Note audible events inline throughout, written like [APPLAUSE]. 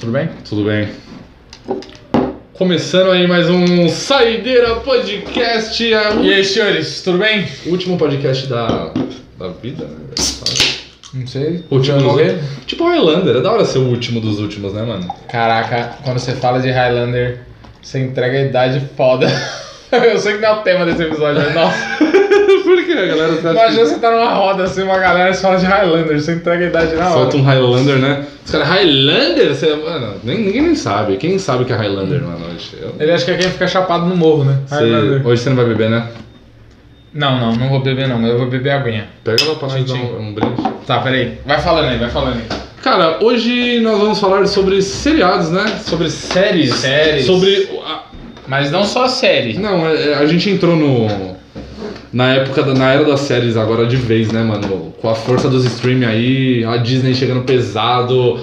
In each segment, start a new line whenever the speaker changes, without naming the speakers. Tudo bem?
Tudo bem? Começando aí mais um Saideira Podcast. E aí, senhores, tudo bem? Último podcast da, da vida, né? velho?
Não sei.
Último
Já
dos
morreu?
últimos. Tipo Highlander, é da hora ser o último dos últimos, né, mano?
Caraca, quando você fala de Highlander, você entrega a idade foda. [LAUGHS] Eu sei que não é o tema desse episódio, mas
[LAUGHS]
nossa.
[LAUGHS] Por que a galera tá
Imagina você tá numa roda assim, uma galera e você fala de Highlander, você entrega a idade na hora.
Solta um Highlander, né? Os caras, Highlander? Você, é, mano, nem- ninguém nem sabe. Quem sabe que é Highlander, mano? Hoje, Eu-
Ele acha que é quem fica chapado no morro, né?
Você- hoje você não vai beber, né?
Não, não, não vou beber não, mas eu vou beber aguinha.
Pega lá pra nós dar
Tchim, tchim.
um, um brinde.
Tá, peraí. Vai falando aí, vai falando aí.
Cara, hoje nós vamos falar sobre seriados, né? Sobre séries.
Séries.
Sobre. a-
Mas não só série.
Não, é- é, a gente entrou no. Na época, da, na era das séries agora de vez, né, mano? Com a força dos streaming aí, a Disney chegando pesado.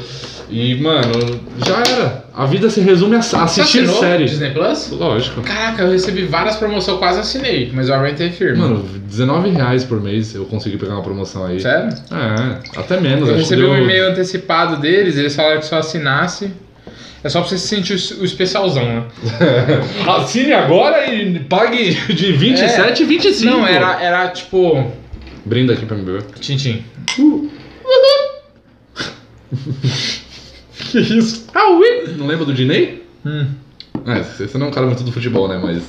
E, mano, já era. A vida se resume a a assistir
assinou
séries.
Disney Plus?
Lógico.
Caraca, eu recebi várias promoções, eu quase assinei, mas eu aguentei firme.
Mano, 19 reais por mês eu consegui pegar uma promoção aí.
Sério?
É, até menos.
Eu
acho que
recebi um
deu-
e-mail antecipado deles, eles falaram que só assinasse. É só pra você sentir o o especialzão, né?
Assine agora e pague de 27 e 25.
Não, era, era tipo.
Brinda aqui pra me beber.
Tintim.
[LAUGHS] Que isso? Ah, ui! Não lembra do Diney?
Hum.
É, você não é um cara muito do futebol, né? Mas.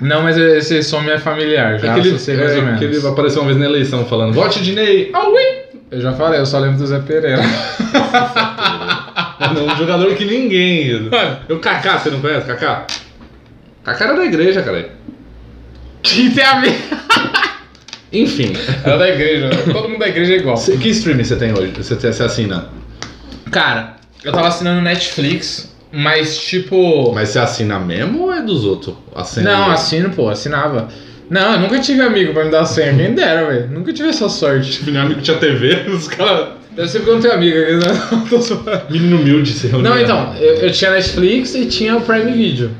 Não, mas esse som é familiar, já
Aquele,
associei mais
é,
ou menos.
que ele apareceu uma vez na eleição falando: Vote [LAUGHS] Diney! Ah, ui!
Eu já falei, eu só lembro do Zé
[LAUGHS]
Pereira.
Não, um jogador que ninguém.
Mano.
Eu, Kaká, você não conhece? Kaká? Kaká era da igreja, cara.
que tem a ver?
Enfim.
Era da igreja, né? todo mundo da igreja é igual.
Cê- que streaming você tem hoje? Você, você assina?
Cara, eu tava assinando Netflix, mas tipo.
Mas você assina mesmo ou é dos outros? Assina.
Não, assino, pô, assinava. Não, eu nunca tive amigo pra me dar senha, quem dera, velho. Nunca tive essa sorte.
Meu amigo tinha TV, [LAUGHS] os caras.
Deve ser porque eu [LAUGHS] não tenho amiga, né? Tô zoando.
Menino humilde se reuniu.
Não, então, eu, eu tinha Netflix e tinha o Prime Video.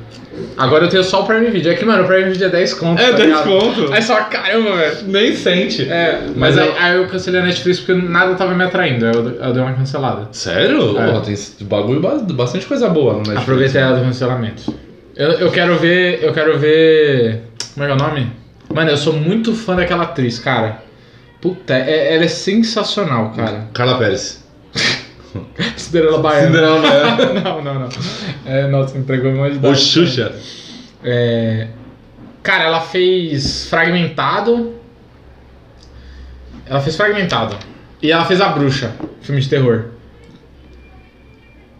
Agora eu tenho só o Prime Video. É que, mano, o Prime Video é 10 conto.
É,
tá
10
ligado?
conto.
Aí só, caramba, velho.
Nem sente.
É,
Mas
mas, aí,
eu-
aí eu cancelei a Netflix porque nada tava me atraindo. Aí eu, eu dei uma cancelada.
Sério?
É.
Ó, tem esse bagulho ba- bastante coisa boa né? tipo, no Netflix.
Aproveitei ela do cancelamento. Eu, eu quero ver. Eu quero ver. Como é que é o nome? Mano, eu sou muito fã daquela atriz, cara. Puta, é- ela é sensacional, cara.
Carla Pérez.
Cinderela Baiana. [LAUGHS]
[LAUGHS] Cinderela Baiana.
não, não, não. É, nossa, entregou um monte de
Ou
idade.
Xuxa.
É, Cara, ela fez Fragmentado. Ela fez Fragmentado. E ela fez A Bruxa, filme de terror.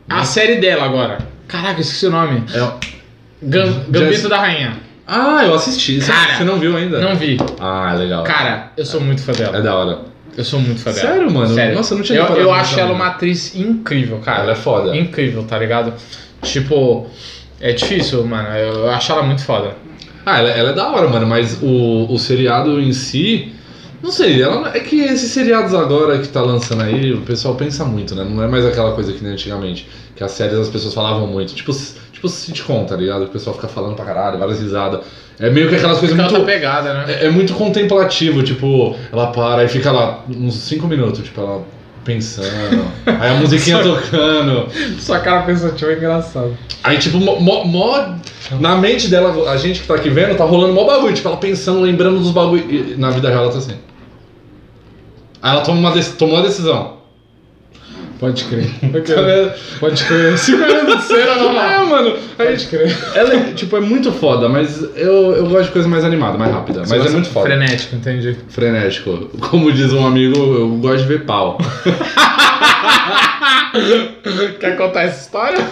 A série dela agora. Caraca, eu esqueci o nome.
É-
Gam- Gambito
Jess-
da Rainha.
Ah, eu assisti. Você,
Cara,
você não viu ainda?
Não vi.
Ah, legal.
Cara, eu sou muito fã
É
dela.
da hora.
Eu sou muito fã dela.
Sério, mano? Nossa, eu não tinha
Eu,
reparado
eu
nisso,
acho ela
não.
uma atriz incrível, cara.
Ela é foda.
Incrível, tá ligado? Tipo, é difícil, mano. Eu, eu acho ela muito foda.
Ah, ela, ela é da hora, mano, mas o, o seriado em si. Não sei, ela, é que esses seriados agora que tá lançando aí, o pessoal pensa muito, né? Não é mais aquela coisa que nem antigamente, que as séries as pessoas falavam muito. Tipo, tipo sitcom, tá ligado? O pessoal fica falando pra caralho, várias risadas. É meio que aquelas coisas
Porque ela
muito.
tá pegada,
[LAUGHS]
né?
É, é muito contemplativo, tipo, ela para e fica lá uns 5 minutos, tipo, ela pensando, aí a musiquinha tocando.
Sua cara
tipo,
pensativa é engraçado.
Aí, tipo, mó, mó- mó- Na mente dela, a gente que tá aqui vendo, tá rolando mó bagulho, tipo, ela pensando, lembrando dos bagulho. E na vida real ela tá assim. Aí ela toma uma dec- tomou uma decisão.
Pode [LAUGHS] crer.
Tá [LAUGHS] vendo?
Pode crer. [LAUGHS] Se
Será É, mano. Aí,
Pode crer.
ela, é, tipo, é muito foda, mas eu, eu gosto de coisa mais animada, mais rápida. Mas é muito foda.
Frenético, entendi.
Frenético. Como diz um amigo, eu gosto de ver pau.
Quer contar essa história?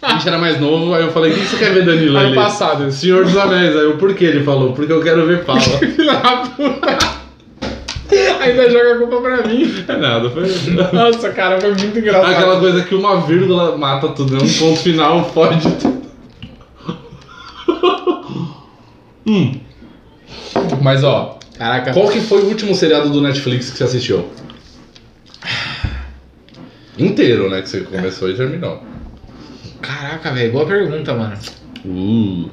A gente era mais novo, aí eu falei, o que você quer ver Danilo
Ano
ali?
passado.
Senhor dos Anéis, aí eu, por que ele falou? Porque eu quero ver [LAUGHS] Paula.
Filha da puta. Ainda joga a culpa pra mim.
é nada, foi.
Nossa, cara, foi muito engraçado.
É Aquela coisa que uma vírgula mata tudo, né? Um ponto final fode tudo. [LAUGHS] Hum. Mas ó,
Caraca.
qual que foi o último seriado do Netflix que você assistiu? Inteiro, né? Que você começou e terminou.
Caraca, velho. Boa pergunta, mano.
Uh.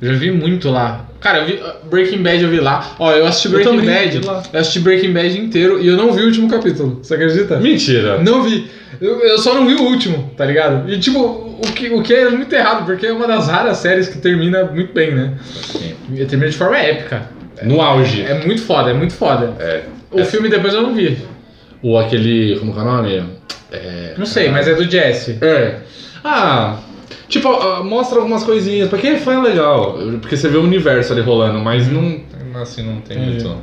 Já vi muito lá. Cara, eu vi, uh, Breaking Bad eu vi lá. Ó, eu assisti
Eu
Breaking
também,
Bad.
vi lá.
Eu assisti Breaking Bad inteiro e eu não vi o último capítulo. Você acredita?
Mentira.
Não vi. Eu, eu só não vi o último, tá ligado? E tipo, o que, o que é muito errado, porque é uma das raras séries que termina muito bem, né? E termina de forma épica.
No auge.
É muito foda, é muito foda.
É.
O filme depois eu não vi.
Ou aquele. Como que é o nome? É.
Não sei, mas é do Jesse.
É. Ah. Tipo, ah, mostra algumas coisinhas. Pra quem é fã é legal. Porque você vê o universo ali rolando, mas não. Assim, não tem
Entendi.
muito.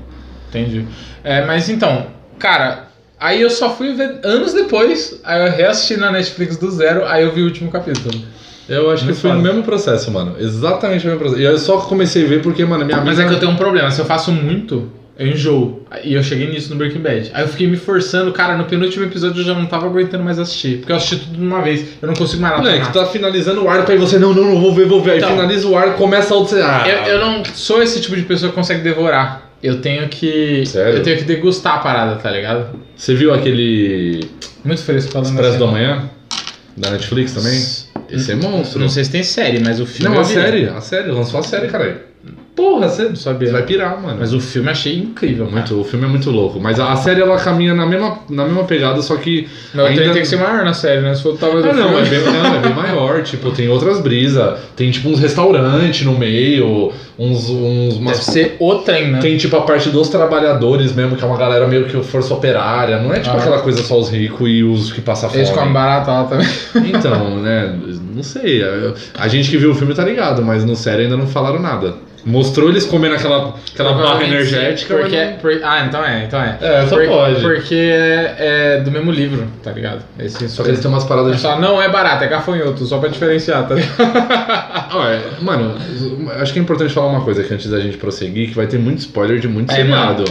Entendi. É, mas então, cara, aí eu só fui ver anos depois, aí eu reassisti na Netflix do zero, aí eu vi o último capítulo.
Eu acho
Muito
que foi no
foda.
mesmo processo, mano. Exatamente o mesmo processo. E eu só comecei a ver porque, mano, minha
Mas
amiga-
é que eu tenho um problema, se eu faço muito, eu enjoo. E eu cheguei nisso no Breaking Bad. Aí eu fiquei me forçando, cara, no penúltimo episódio eu já não tava aguentando mais assistir, porque eu assisti tudo de uma vez, eu não consigo mais
Moleque,
nada.
tá finalizando o arco, aí você, não, não, não, vou ver, vou ver. Aí
Ah. Então.
finaliza o arco, começa outro, você, ah...
Eu, eu não sou esse tipo de pessoa que consegue devorar. Eu tenho que.
Sério?
Eu tenho que degustar a parada, tá ligado?
Você viu aquele
Muito fresco falando
Expresso
assim.
da Manhã? Da Netflix também? Esse é monstro.
Não sei se tem série, mas o filme.
Não,
eu
a
vi.
série, a série, lançou a série, caralho. Porra, você
Não sabia.
você vai pirar, mano.
Mas o filme eu achei incrível, cara.
Muito, o filme é muito louco, mas a, a série ela caminha na mesma, na mesma pegada, só que.
Não, então
ainda-
tem, tem que ser maior na série, né? Se for talvez
Ah,
o
não, é
filme.
bem, não, é bem maior, tipo, tem outras brisas, tem tipo uns restaurantes no meio, uns, uns umas
Deve ser o trem, né?
Tem tipo a parte dos trabalhadores mesmo, que é uma galera meio que força operária. Não é tipo
Ah.
aquela coisa só os ricos e os que passam fome.
Eles comem barata lá também.
Então, né? Não sei. eu- A gente que viu o filme tá ligado, mas no sério ainda não falaram nada. Mostrou eles comendo aquela, aquela barra
Provavelmente sim,
energética. mas
Porque,
não-
por- Ah, então é, então é.
É, só
Por-
pode.
Porque é, é do mesmo livro, tá ligado? Esse,
Só que eles têm umas paradas de.
Só não é barata, é gafanhoto, só pra diferenciar, tá ligado?
[LAUGHS] Ó, é, mano, acho que é importante falar uma coisa aqui antes da gente prosseguir, que vai ter muito spoiler de muito
É,
seriado.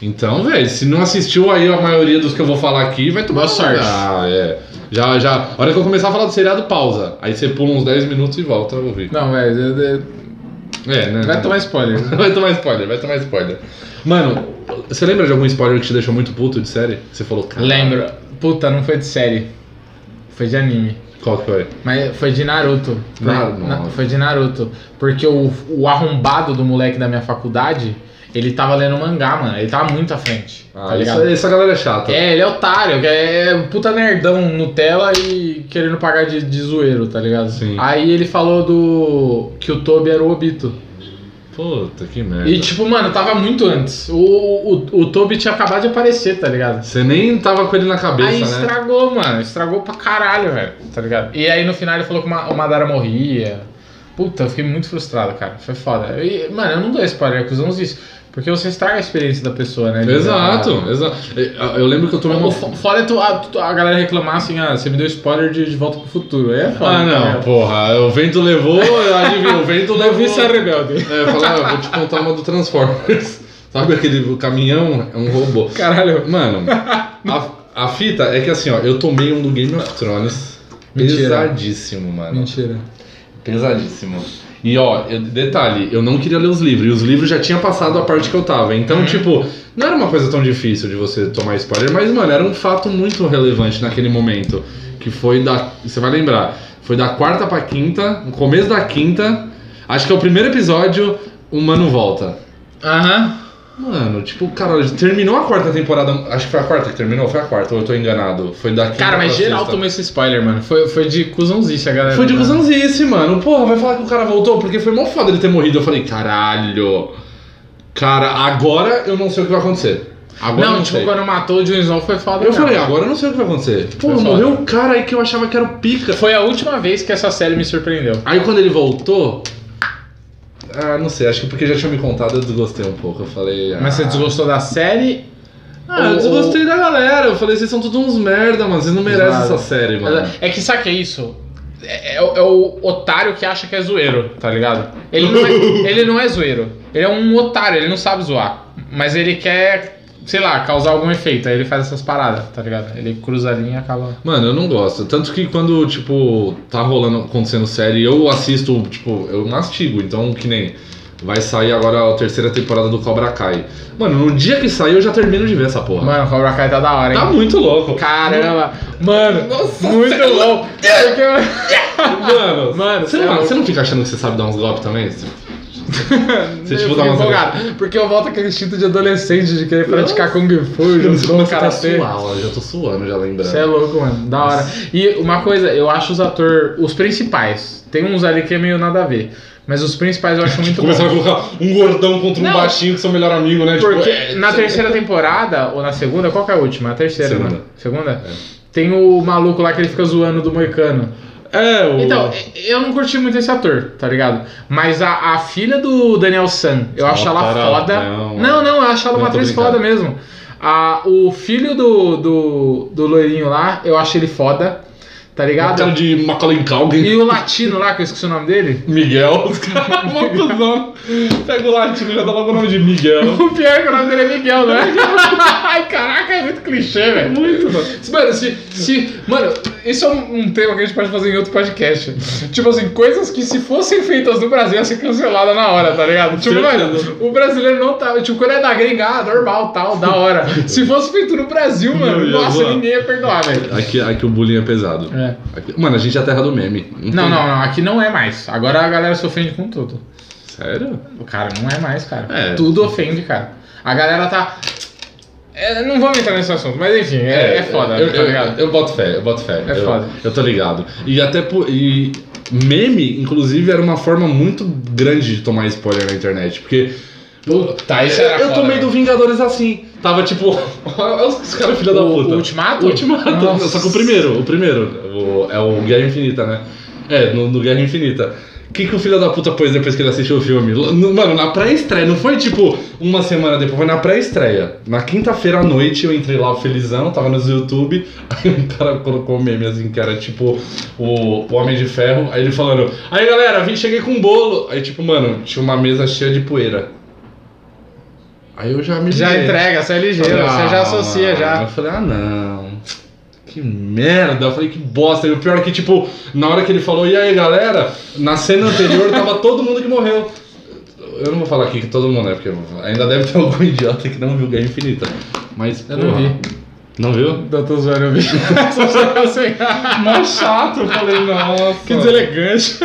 Então, velho, se não assistiu aí a maioria dos que eu vou falar aqui, vai tomar
Boa sorte.
Ah, é. Já, já. A hora que eu começar a falar do seriado, pausa. Aí você pula uns 10 minutos e volta a ouvir.
Não, velho, é- é-
É, né?
vai tomar spoiler.
[LAUGHS] Vai tomar spoiler, vai tomar spoiler. Mano, você lembra de algum spoiler que te deixou muito puto de série? Você falou, cara.
Lembro. Puta, não foi de série. Foi de anime.
Qual que foi?
Mas foi de Naruto. Foi,
Na-
na-
nossa.
foi de Naruto. Porque o, o arrombado do moleque da minha faculdade, ele tava lendo mangá, mano. Ele tava muito à frente. tá
Ah,
ligado?
essa, essa galera é chata.
É, ele é otário, que é um puta nerdão Nutella e querendo pagar de, de zoeiro, tá ligado?
Sim.
Aí ele falou do. que o Toby era o Obito.
Puta, que merda.
E tipo, mano, tava muito antes. O, o, o Toby tinha acabado de aparecer, tá ligado?
Você nem tava com ele na cabeça,
aí
né?
estragou, mano. Estragou pra caralho, velho. Tá ligado? E aí no final ele falou que o Ma- o Madara morria. Puta, eu fiquei muito frustrado, cara. Foi foda. E, mano, eu não dou spoiler, acusamos isso. Porque você estraga a experiência da pessoa, né?
Exato, exato. Eu eu lembro que eu tomei uma.
O fo- Foda é tu, a, tu- a galera reclamar assim, ah, você me deu spoiler de, de Volta pro Futuro. Aí é foda.
Ah, não, porra. O vento
[LAUGHS]
levou, adivinha, o vento
Eu
levou.
vi ser rebelde.
É, eu falei, ah, eu vou te contar uma do Transformers. [LAUGHS] Sabe aquele caminhão? É um robô.
Caralho.
Mano, a, a fita é que assim, ó, eu tomei um do Game of Thrones.
Mentira.
Pesadíssimo, mano.
Mentira.
Pesadíssimo. E ó, eu- detalhe, eu não queria ler os livros, e os livros já tinham passado a parte que eu tava. Então,
Uhum.
tipo, não era uma coisa tão difícil de você tomar spoiler, mas, mano, era um fato muito relevante naquele momento. Que foi da. Você vai lembrar, foi da quarta pra quinta, no começo da quinta, acho que é o primeiro episódio, o mano volta.
Aham.
Mano, tipo, cara, terminou a quarta temporada. Acho que foi a quarta que terminou, foi a quarta, ou eu tô enganado. Foi da quinta
Cara, mas
pra
geral
sexta.
tomou esse spoiler, mano. Foi, foi tá? de cuzãozice a galera.
Foi de
né?
cuzãozice, mano. Porra, vai falar que o cara voltou? Porque foi mó foda ele ter morrido. Eu falei, caralho. Cara, agora eu não sei o que vai acontecer. Agora
Não,
eu
tipo,
sei.
quando matou o Jon Snow foi foda.
Eu
mesmo.
falei, agora eu não sei o que vai acontecer. Pô,
Foi
morreu
foda.
o cara aí que eu achava que era o pica.
Foi a última vez que essa série me surpreendeu.
Aí quando ele voltou. Ah, não sei, acho que porque já tinha me contado, eu desgostei um pouco. Eu falei.
Mas você
ah.
desgostou da série?
Ah, eu desgostei da galera. Eu falei, vocês são todos uns merda, mano. Vocês não merecem
Exato.
essa série, mano.
É que sabe o que é isso? É, é o- é o otário que acha que é zoeiro, tá ligado? Ele [LAUGHS] não é, ele não é zoeiro. Ele é um otário, ele não sabe zoar. Mas ele quer, sei lá, causar algum efeito. Aí ele faz essas paradas, tá ligado? Ele cruza a linha e acaba.
Mano, eu não gosto. Tanto que quando, tipo, tá rolando, acontecendo série, eu assisto, tipo, eu mastigo. Então, que nem. Vai sair agora a terceira temporada do Cobra Kai. Mano, no dia que sair eu já termino de ver essa porra.
Mano, o Cobra Kai tá tá da hora, hein?
tá muito louco. [LAUGHS]
Caramba! Mano,
Nossa,
muito
céu.
[LAUGHS] louco! Porque-
Mano,
Mano,
você,
cê é
não,
louco.
você não fica achando que você sabe dar uns golpes também? Você,
Eu
tipo,
fico
dá umas-
empolgado, Porque eu volto aquele instinto de adolescente de querer praticar Kung Fu, Judô, Karatê.
suando, já tô suando, já lembrando.
Você é louco, mano. Da hora. E uma coisa, eu acho os atores, os principais. Tem uns ali que é meio nada a ver. Mas os principais eu acho muito
[LAUGHS]
bom.
Começaram a colocar um gordão contra um
Não.
baixinho que são melhor amigo, né?
Porque
é,
na
cê-
terceira temporada, ou na segunda, qual que é a última? A terceira,
Segunda.
né? Segunda? Tem o maluco lá que ele fica zoando do Moicano.
É, o...
Então, eu não curti muito esse ator, tá ligado? Mas a, a filha do Daniel San, eu
Uma
acho ela
tarada,
foda.
não.
Não, não, eu acho ela
Não,
uma
tô
atriz
brincando.
foda mesmo. A, o filho do, do, do loirinho lá, eu acho ele foda, tá
o
ligado?
cara de Macaulay Culkin.
E o latino lá, que eu esqueci o nome dele. [LAUGHS]
Miguel, os caras [LAUGHS] botam os nomes. Pega o latino e já dá logo o nome de Miguel.
O pior é que o nome dele é Miguel, né? [LAUGHS] Ai, caraca, é muito clichê, velho.
Muito, mano.
Mano, se, se. Mano, isso é um um tema que a gente pode fazer em outro podcast. Tipo assim, coisas que se fossem feitas no Brasil ia ser cancelada na hora, tá ligado? Tipo, mano, o brasileiro não tá. Tipo, quando é da gringa, ah, normal, tal, da hora. Se fosse feito no Brasil, mano,
Não ia
nossa,
zoar.
ninguém ia perdoar, velho.
Aqui, aqui o bullying é pesado.
É.
Aqui- Mano, a gente é a terra do meme.
Não,
tem-
não, não, aqui não é mais. Agora a galera se ofende com tudo.
Sério?
O cara não é mais, cara.
É.
Tudo ofende, cara. A galera tá. É, não vamos entrar nesse assunto, mas enfim, é, é foda,
eu,
tá ligado?
Eu, eu boto fé, eu boto fé.
É
eu,
foda.
Eu tô ligado. E até por. E meme, inclusive, era uma forma muito grande de tomar spoiler na internet. Porque.
Puta, isso
eu
era
eu
foda,
tomei
né?
do Vingadores assim. Tava tipo. [LAUGHS] olha os caras, filha da
O-
puta.
o Ultimato?
O Ultimato.
Nossa.
Não, Só que o primeiro, o primeiro. o- é o Guerra Infinita, né? É, no, no Guerra Infinita. O que, que o filho da puta pôs depois que ele assistiu o filme? L- no- Mano, na pré-estreia, não foi tipo uma semana depois, foi na pré-estreia. Na quinta-feira à noite eu entrei lá felizão, tava no YouTube, [LAUGHS] aí um cara colocou um meme assim que era tipo o, o Homem de Ferro, aí ele falando: Aí galera, vim, cheguei com um bolo. Aí tipo, mano, tinha uma mesa cheia de poeira. Aí eu já me
Já
liguei.
entrega, você é ligeiro,
Ah,
você já associa
mano. Eu
já.
falei, ah não. Que merda, eu falei que bosta. E o pior é que, tipo, na hora que ele falou, e aí galera, na cena anterior tava [LAUGHS] todo mundo que morreu. Eu não vou falar aqui que todo mundo é, porque ainda deve ter [LAUGHS] algum idiota que não viu Guerra Infinita. Mas.
Eu não
porra.
vi.
Não viu?
Eu tô zoando, eu [LAUGHS] vi. Só sei que eu sei.
Mais chato, eu [LAUGHS] falei, nossa.
Que deselegante.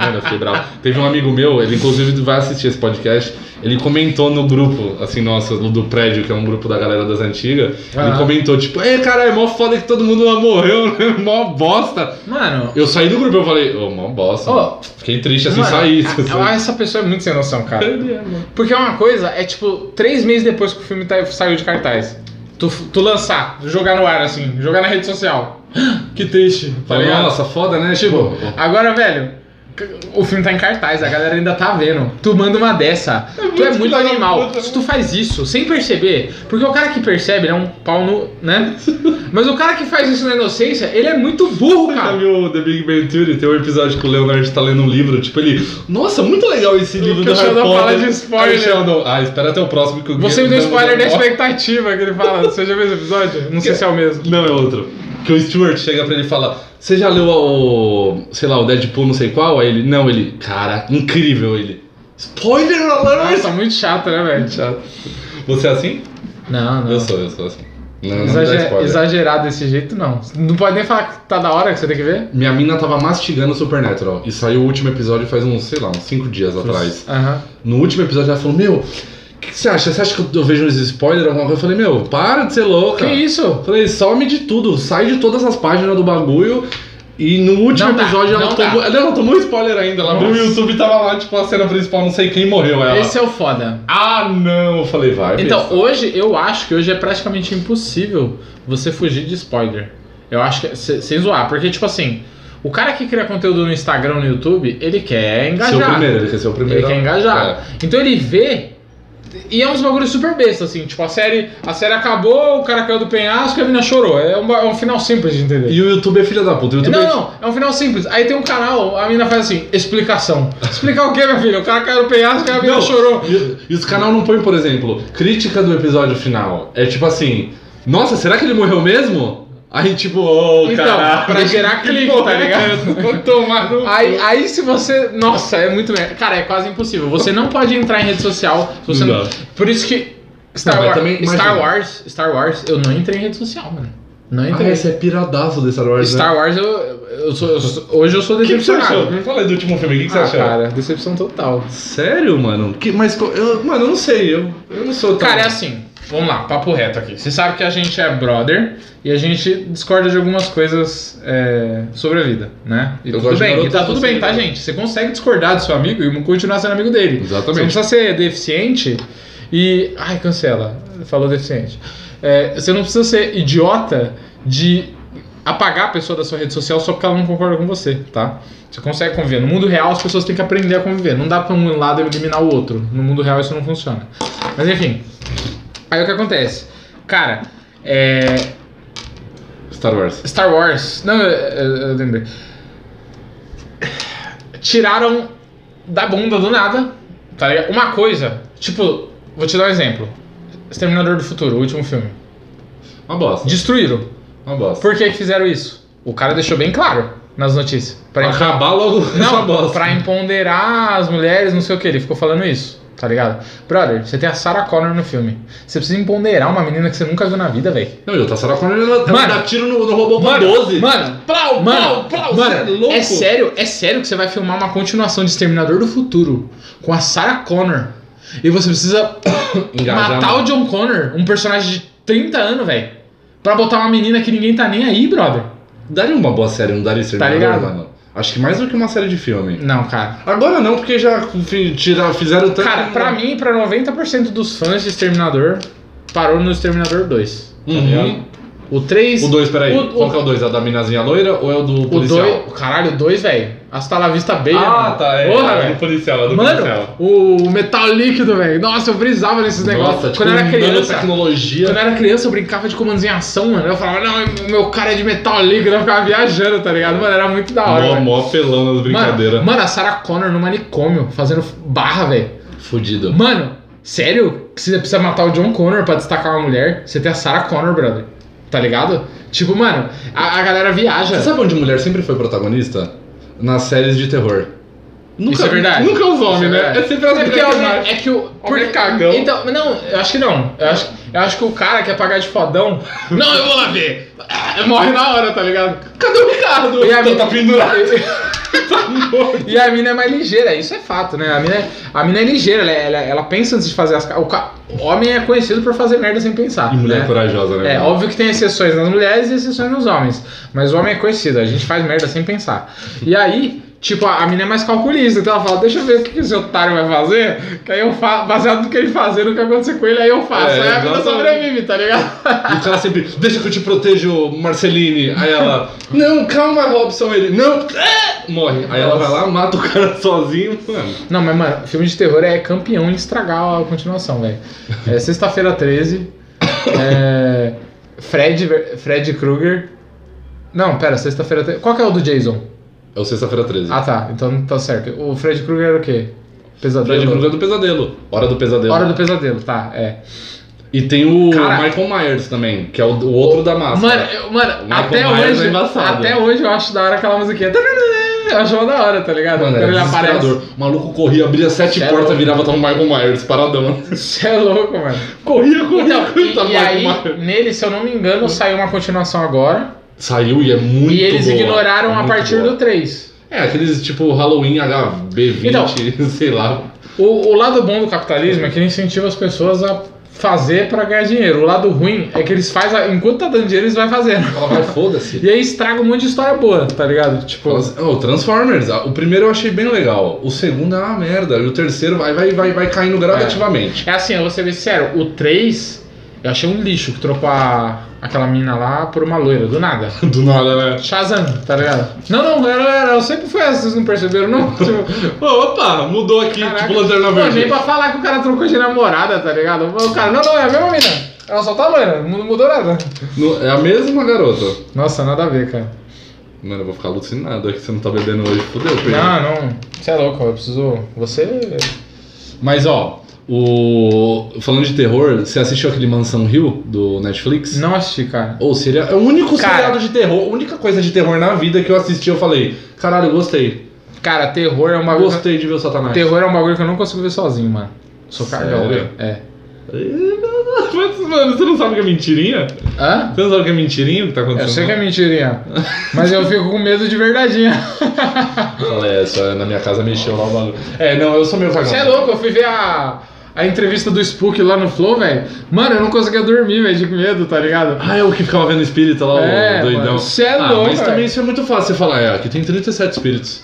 Mano, eu fiquei bravo. Teve um amigo meu, ele inclusive vai assistir esse podcast. Ele comentou no grupo, assim, nossa, do, do prédio, que é um grupo da galera das antigas. Ele
Ah.
comentou, tipo, ei, caralho, mó foda que todo mundo lá morreu, [LAUGHS] né? Mó bosta.
Mano,
Eu saí do grupo, eu falei, ô, mó bosta.
Ô,
mano. Fiquei triste assim,
mano,
saí.
a-
assim.
a- essa pessoa é muito sem noção, cara.
Ele é, mano.
Porque uma coisa é tipo, três meses depois que o filme tá- saiu de cartaz. Tu, tu lançar, jogar no ar, assim, jogar na rede social. Que triste, tá
Falei,
ligado?
nossa, foda, né?
Tipo,
Tipo,
agora, velho, o filme tá em cartaz, a galera ainda tá vendo. Tu manda uma dessa. tu é
muito
muito
filha da
animal.
puta. né?
Se tu faz isso sem perceber, porque o cara que percebe, ele é um pau no.
[LAUGHS]
né? Mas o cara que faz isso na inocência, ele é muito burro,
Você já
cara.
viu o The Big Bang Theory? Tem um episódio que o Leonard tá lendo um livro, tipo, ele. Nossa, muito legal esse livro
que
do
o
Harry
Sheldon
Potter.
fala de spoiler.
Aí o Sheldon, ah, espera até o próximo que o
Você me
Guilherme
deu
não-
spoiler da
não-
expectativa que ele fala. Você já viu esse episódio? Não sei se é o mesmo.
Não, é outro. Que o Stuart chega pra ele e fala: Você já leu o. sei lá, o Deadpool, não sei qual? Aí ele, não, ele. Cara, incrível ele. Spoiler alert!
Nossa, muito chato, né, velho?
Chato. Você é assim?
Não, não.
Eu sou, eu sou assim. Não, não dá
Exager-
spoiler.
exagerado desse jeito, não. Não pode nem falar que tá da hora que você tem que ver.
Minha mina tava mastigando o Supernatural e saiu o último episódio faz uns, sei lá, uns 5 dias atrás.
Aham.
No último episódio ela falou: Meu, o que, que você acha? Você acha que eu- eu vejo uns spoilers? Alguma coisa? Eu falei: Meu, para de ser louca.
Que isso?
Eu Falei, some de tudo, sai de todas as páginas do bagulho. E no último
Não dá,
episódio ela,
não
tomou,
dá.
ela tomou spoiler ainda. Ela abriu o
Nossa.
YouTube e tava lá, tipo, a cena principal, não sei quem morreu. Ela.
Esse é o foda.
Ah, não! Eu falei, vai.
Então,
besta.
hoje, eu acho que hoje é praticamente impossível você fugir de spoiler. Eu acho que. se- Sem zoar. Porque, tipo assim, o cara que cria conteúdo no Instagram, no YouTube, ele quer
Seu
engajar.
primeiro, ele quer ser é o
ele
primeiro.
quer engajar.
É.
Então ele vê. E é uns bagulhos super besta, assim. Tipo, a série, a série acabou, o cara caiu do penhasco e a menina chorou. É um, ba- é um final simples de entender.
E o YouTube é filha da puta. O YouTube
Não,
é...
não, é um final simples. Aí tem um canal, a menina faz assim, explicação. Explicar o que, minha filha? O cara caiu do penhasco e a menina
Não,
chorou.
E, e os canal não põem, por exemplo, crítica do episódio final. É tipo assim, nossa, será que ele morreu mesmo? Aí tipo, ô,
Então,
caralho.
pra gerar
[LAUGHS] que
clique,
porra
tá
é
ligado? [LAUGHS]
essa? Vou tomar no cu.
Aí, aí se você. Nossa, é muito. mer- Cara, é quase impossível. Você não pode entrar em rede social. se você
Não
não-
dá.
Por isso que.
Não,
Star,
mas
War-
também,
Star
imagina.
Wars. Star Wars, eu não entrei em rede social, mano. Não
Ah,
entrei.
esse é piradaço de Star Wars,
Star
né?
Wars, eu, eu sou, eu sou- hoje eu sou
O que, que você
decepcionado.
achou? Me fala aí do último filme, o que, que você
ah,
achou?
cara, decepção total.
Sério, mano? Que, mas, co- eu, mano, eu não sei. Eu, eu não sou tão...
Cara, é assim. Vamos lá, papo reto aqui. Você sabe que a gente é brother e a gente discorda de algumas coisas é, sobre a vida, né? E
Eu
tudo
gosto de
bem, e
garotas
tá tudo bem, tá,
assim,
gente? Você consegue discordar do seu amigo e continuar sendo amigo dele.
Exatamente.
Você não precisa ser deficiente e. Ai, cancela. Falou deficiente. É, você não precisa ser idiota de apagar a pessoa da sua rede social só porque ela não concorda com você, tá? Você consegue conviver. No mundo real, as pessoas têm que aprender a conviver. Não dá pra um lado eliminar o outro. No mundo real, isso não funciona. Mas enfim. Aí o que acontece? Cara, é.
Star Wars.
Star Wars. Não, eu, eu- eu lembrei. Tiraram da bunda do nada, tá ligado? Uma coisa, tipo, vou te dar um exemplo. Exterminador do Futuro, o último filme.
Uma bosta.
Destruíram.
Uma bosta.
Por que que fizeram isso? O cara deixou bem claro nas notícias.
Pra
Pra
acabar logo essa
não,
bosta.
pra empoderar as mulheres, não sei o que. Ele ficou falando isso, tá ligado? Brother, você tem a Sarah Connor no filme. Você precisa empoderar uma menina que você nunca viu na vida, velho.
Não, e o Tassara Corner, ela, ela
Mano.
dá tiro no, no robô com 12.
Mano,
plau,
Mano, mano,
você é louco.
é sério, é sério que você vai filmar uma continuação de Exterminador do Futuro com a Sarah Connor e você precisa
[COUGHS] Engajar,
matar
mano.
o John Connor, um personagem de 30 anos, velho, pra botar uma menina que ninguém tá nem aí, brother.
Daria uma boa série, não daria Exterminador,
Tá ligado?
mano? Acho que mais do que uma série de filme.
Não, cara.
Agora não, porque já fi- tira, fizeram tanto...
Cara, pra mim, pra 90% dos fãs de Exterminador, parou no Exterminador 2. tá
Uhum.
ligado? O 3.
O 2, peraí.
O-
Qual
o-
que é o 2? É o da minazinha loira ou é o do
O
policial?
2. Caralho, o 2, velho. Hasta la vista baby.
Ah,
mano.
tá. É,
Porra,
é,
velho.
do policial, é do policial.
Mano, o metal líquido, velho. Nossa, eu brisava nesses negócios.
Nossa, tipo,
quando eu era criança.
tecnologia.
Quando eu era criança, eu brincava de comandos em ação, mano. Eu falava, não, o meu cara é de metal líquido, eu ficava viajando, tá ligado? Mano, era muito da hora.
Mó,
velho.
mó pelão nas brincadeiras.
Mano, mano, a Sarah Connor no manicômio, fazendo barra, velho.
Fudido.
Mano, sério? Que Você precisa matar o John Connor pra destacar uma mulher? Você tem a Sarah Connor, brother. Tá ligado? Tipo, mano, a, a galera viaja.
Você sabe onde mulher sempre foi protagonista? Nas séries de terror. Nunca,
Isso é verdade.
Nunca os
Isso
homens,
é
né?
verdade.
É sempre as
é porque
mulheres. né? que
homem,
mais-
é que o. porque-
cagão.
Então, não, eu acho que não. Eu acho, eu acho que o cara quer pagar de
[LAUGHS]
fodão. não, eu vou lá ver. Ah, Morre na hora, tá ligado?
Cadê o Ricardo?
E a
Então
mina-
tá pendurado. [LAUGHS] Tá
E a mina é mais ligeira, isso é fato, né? A mina é, a mina é ligeira, ela, ela, ela pensa antes de fazer as. ca- O, ca- o homem é conhecido por fazer merda sem pensar.
E mulher
né?
corajosa, né?
É,
mano?
óbvio que tem exceções nas mulheres e exceções nos homens. Mas o homem é conhecido, a gente faz merda sem
[LAUGHS]
pensar. E aí, tipo, a, a mina é mais calculista, então ela fala, deixa eu ver o que, que esse otário vai fazer, que aí eu faço, baseado no que ele fazer, no que acontecer com ele, aí eu faço. aí a
É,
mina
exatamente.
sobrevive, tá ligado? [LAUGHS]
E o cara sempre, deixa que eu te protejo, Marceline. Aí ela, não, calma, Robson. Ele, não, é! morre. Aí ela vai lá, mata o cara sozinho. Mano,
Não, mas, mano, filme de terror é campeão em estragar a continuação, velho. É sexta-feira
[LAUGHS]
13. É, Fred, ver- Fred Krueger. Não, pera, sexta-feira 13. Qual que é o do Jason?
é o Sexta-feira 13.
Ah tá, então tá certo. O Fred Krueger era o quê? Pesadelo.
Fred Krueger é do Pesadelo. Hora do Pesadelo.
Hora do pesadelo, tá, é.
E tem o
Cara-
Michael Myers também, que é o, o outro da massa.
Mano, eu- mano
Michael
até
Myers é
hoje.
embaçado.
até hoje eu acho da hora aquela musiquinha. Eu acho uma da hora, tá ligado?
Mano,
Quando
era
ele
desesperador.
aparece.
O maluco corria, abria sete
Sério?
portas, virava tava o Michael Myers, paradão.
Você é louco, mano.
[LAUGHS] Corria,
Então, e,
tava o
e aí,
Myers.
nele, se eu não me engano, saiu uma continuação agora.
Saiu e é muito
e eles
boa.
ignoraram
É
a
muito
partir
boa.
do 3.
É, aqueles tipo Halloween HB20,
Então,
[LAUGHS] sei lá.
O, o lado bom do capitalismo é que ele incentiva as pessoas a fazer pra ganhar dinheiro. O lado ruim é que eles fazem. Enquanto tá dando dinheiro, eles vão fazendo.
Ela vai, foda-se.
E aí estraga um monte de história boa, tá ligado? Tipo.
O Transformers, ah, o primeiro eu achei bem legal. O segundo é uma merda. E o terceiro vai, vai, vai, vai caindo gradativamente. [LAUGHS]
É assim, eu vou ser bem sincero, o 3 eu achei um lixo que trocou a, aquela mina lá por uma loira, do nada.
Do nada, né?
Shazam, tá ligado? Não, não, era, era, eu sempre fui essa, vocês não perceberam,
[LAUGHS]
não? Tipo,
Ô, opa, mudou aqui,
caraca.
tipo Lanterna
Pô, nem
Verde.
pra falar que o cara trocou de namorada, tá ligado? O cara, não, não, é a mesma mina. Ela só tá loira, não mudou nada.
No- é a mesma garota.
Nossa, nada a ver, cara.
Mano, eu vou ficar alucinado. É que você não tá bebendo hoje. Fudeu, Pedro.
Não, não, você é louco, eu preciso... Você...
Mas ó, o. Falando de terror, você assistiu aquele Mansão Hill do Netflix?
Não assisti, cara.
Ou seria. É o único
Cara.
seriado de terror, a única coisa de terror na vida que eu assisti, eu falei, caralho, eu gostei.
Cara, terror é uma...
Gostei de ver o Satanás.
Terror é um bagulho que eu não consigo ver sozinho, mano. Sou cagão,
Sério?
velho. É.
Mas Mano, você não sabe que é mentirinha?
Hã?
Você não sabe que é mentirinha o que tá acontecendo?
Eu sei que é
[LAUGHS]
mentirinha, mas eu fico com medo de verdadeinha.
Falei, é, só na minha casa mexeu lá o bagulho. É, não, eu sou meio cagão.
Você é louco, eu fui ver a, a entrevista do Spook lá no Flow, velho. Mano, eu não conseguia dormir, velho, de medo, tá ligado?
Ah, é o que ficava vendo espírita lá,
É,
o doidão.
mano, cê é
ah,
louco,
Mas
velho.
também isso é muito fácil você falar, é, aqui tem 37 espíritos.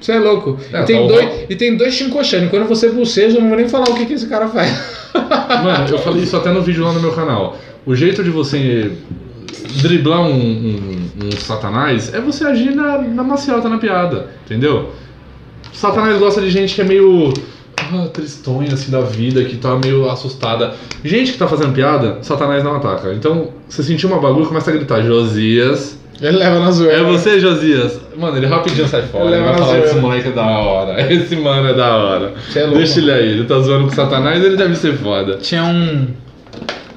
Você é louco.
É,
e, tem
tá
dois,
louco.
e tem dois chincochane. Quando você buceja, eu não vou nem falar o que, que esse cara faz. [LAUGHS]
Mano, eu falei isso até no vídeo lá no meu canal. O jeito de você driblar um, um- um satanás é você agir na, na maciota, na piada, entendeu? Satanás gosta de gente que é meio ah, tristonha assim da vida, que tá meio assustada. Gente que tá fazendo piada, Satanás não ataca. Então, você sentiu uma bagulho, começa a gritar, Josias.
Ele leva na zoeira.
É você, Josias. Mano, ele rapidinho sai fora. Ele
Leva
vai
na
falar,
zoeira.
esse moleque é da hora. [LAUGHS] Esse mano é da hora.
Você é louco,
Deixa ele aí. Ele tá zoando com o Satanás, ele deve ser foda.
Tinha um.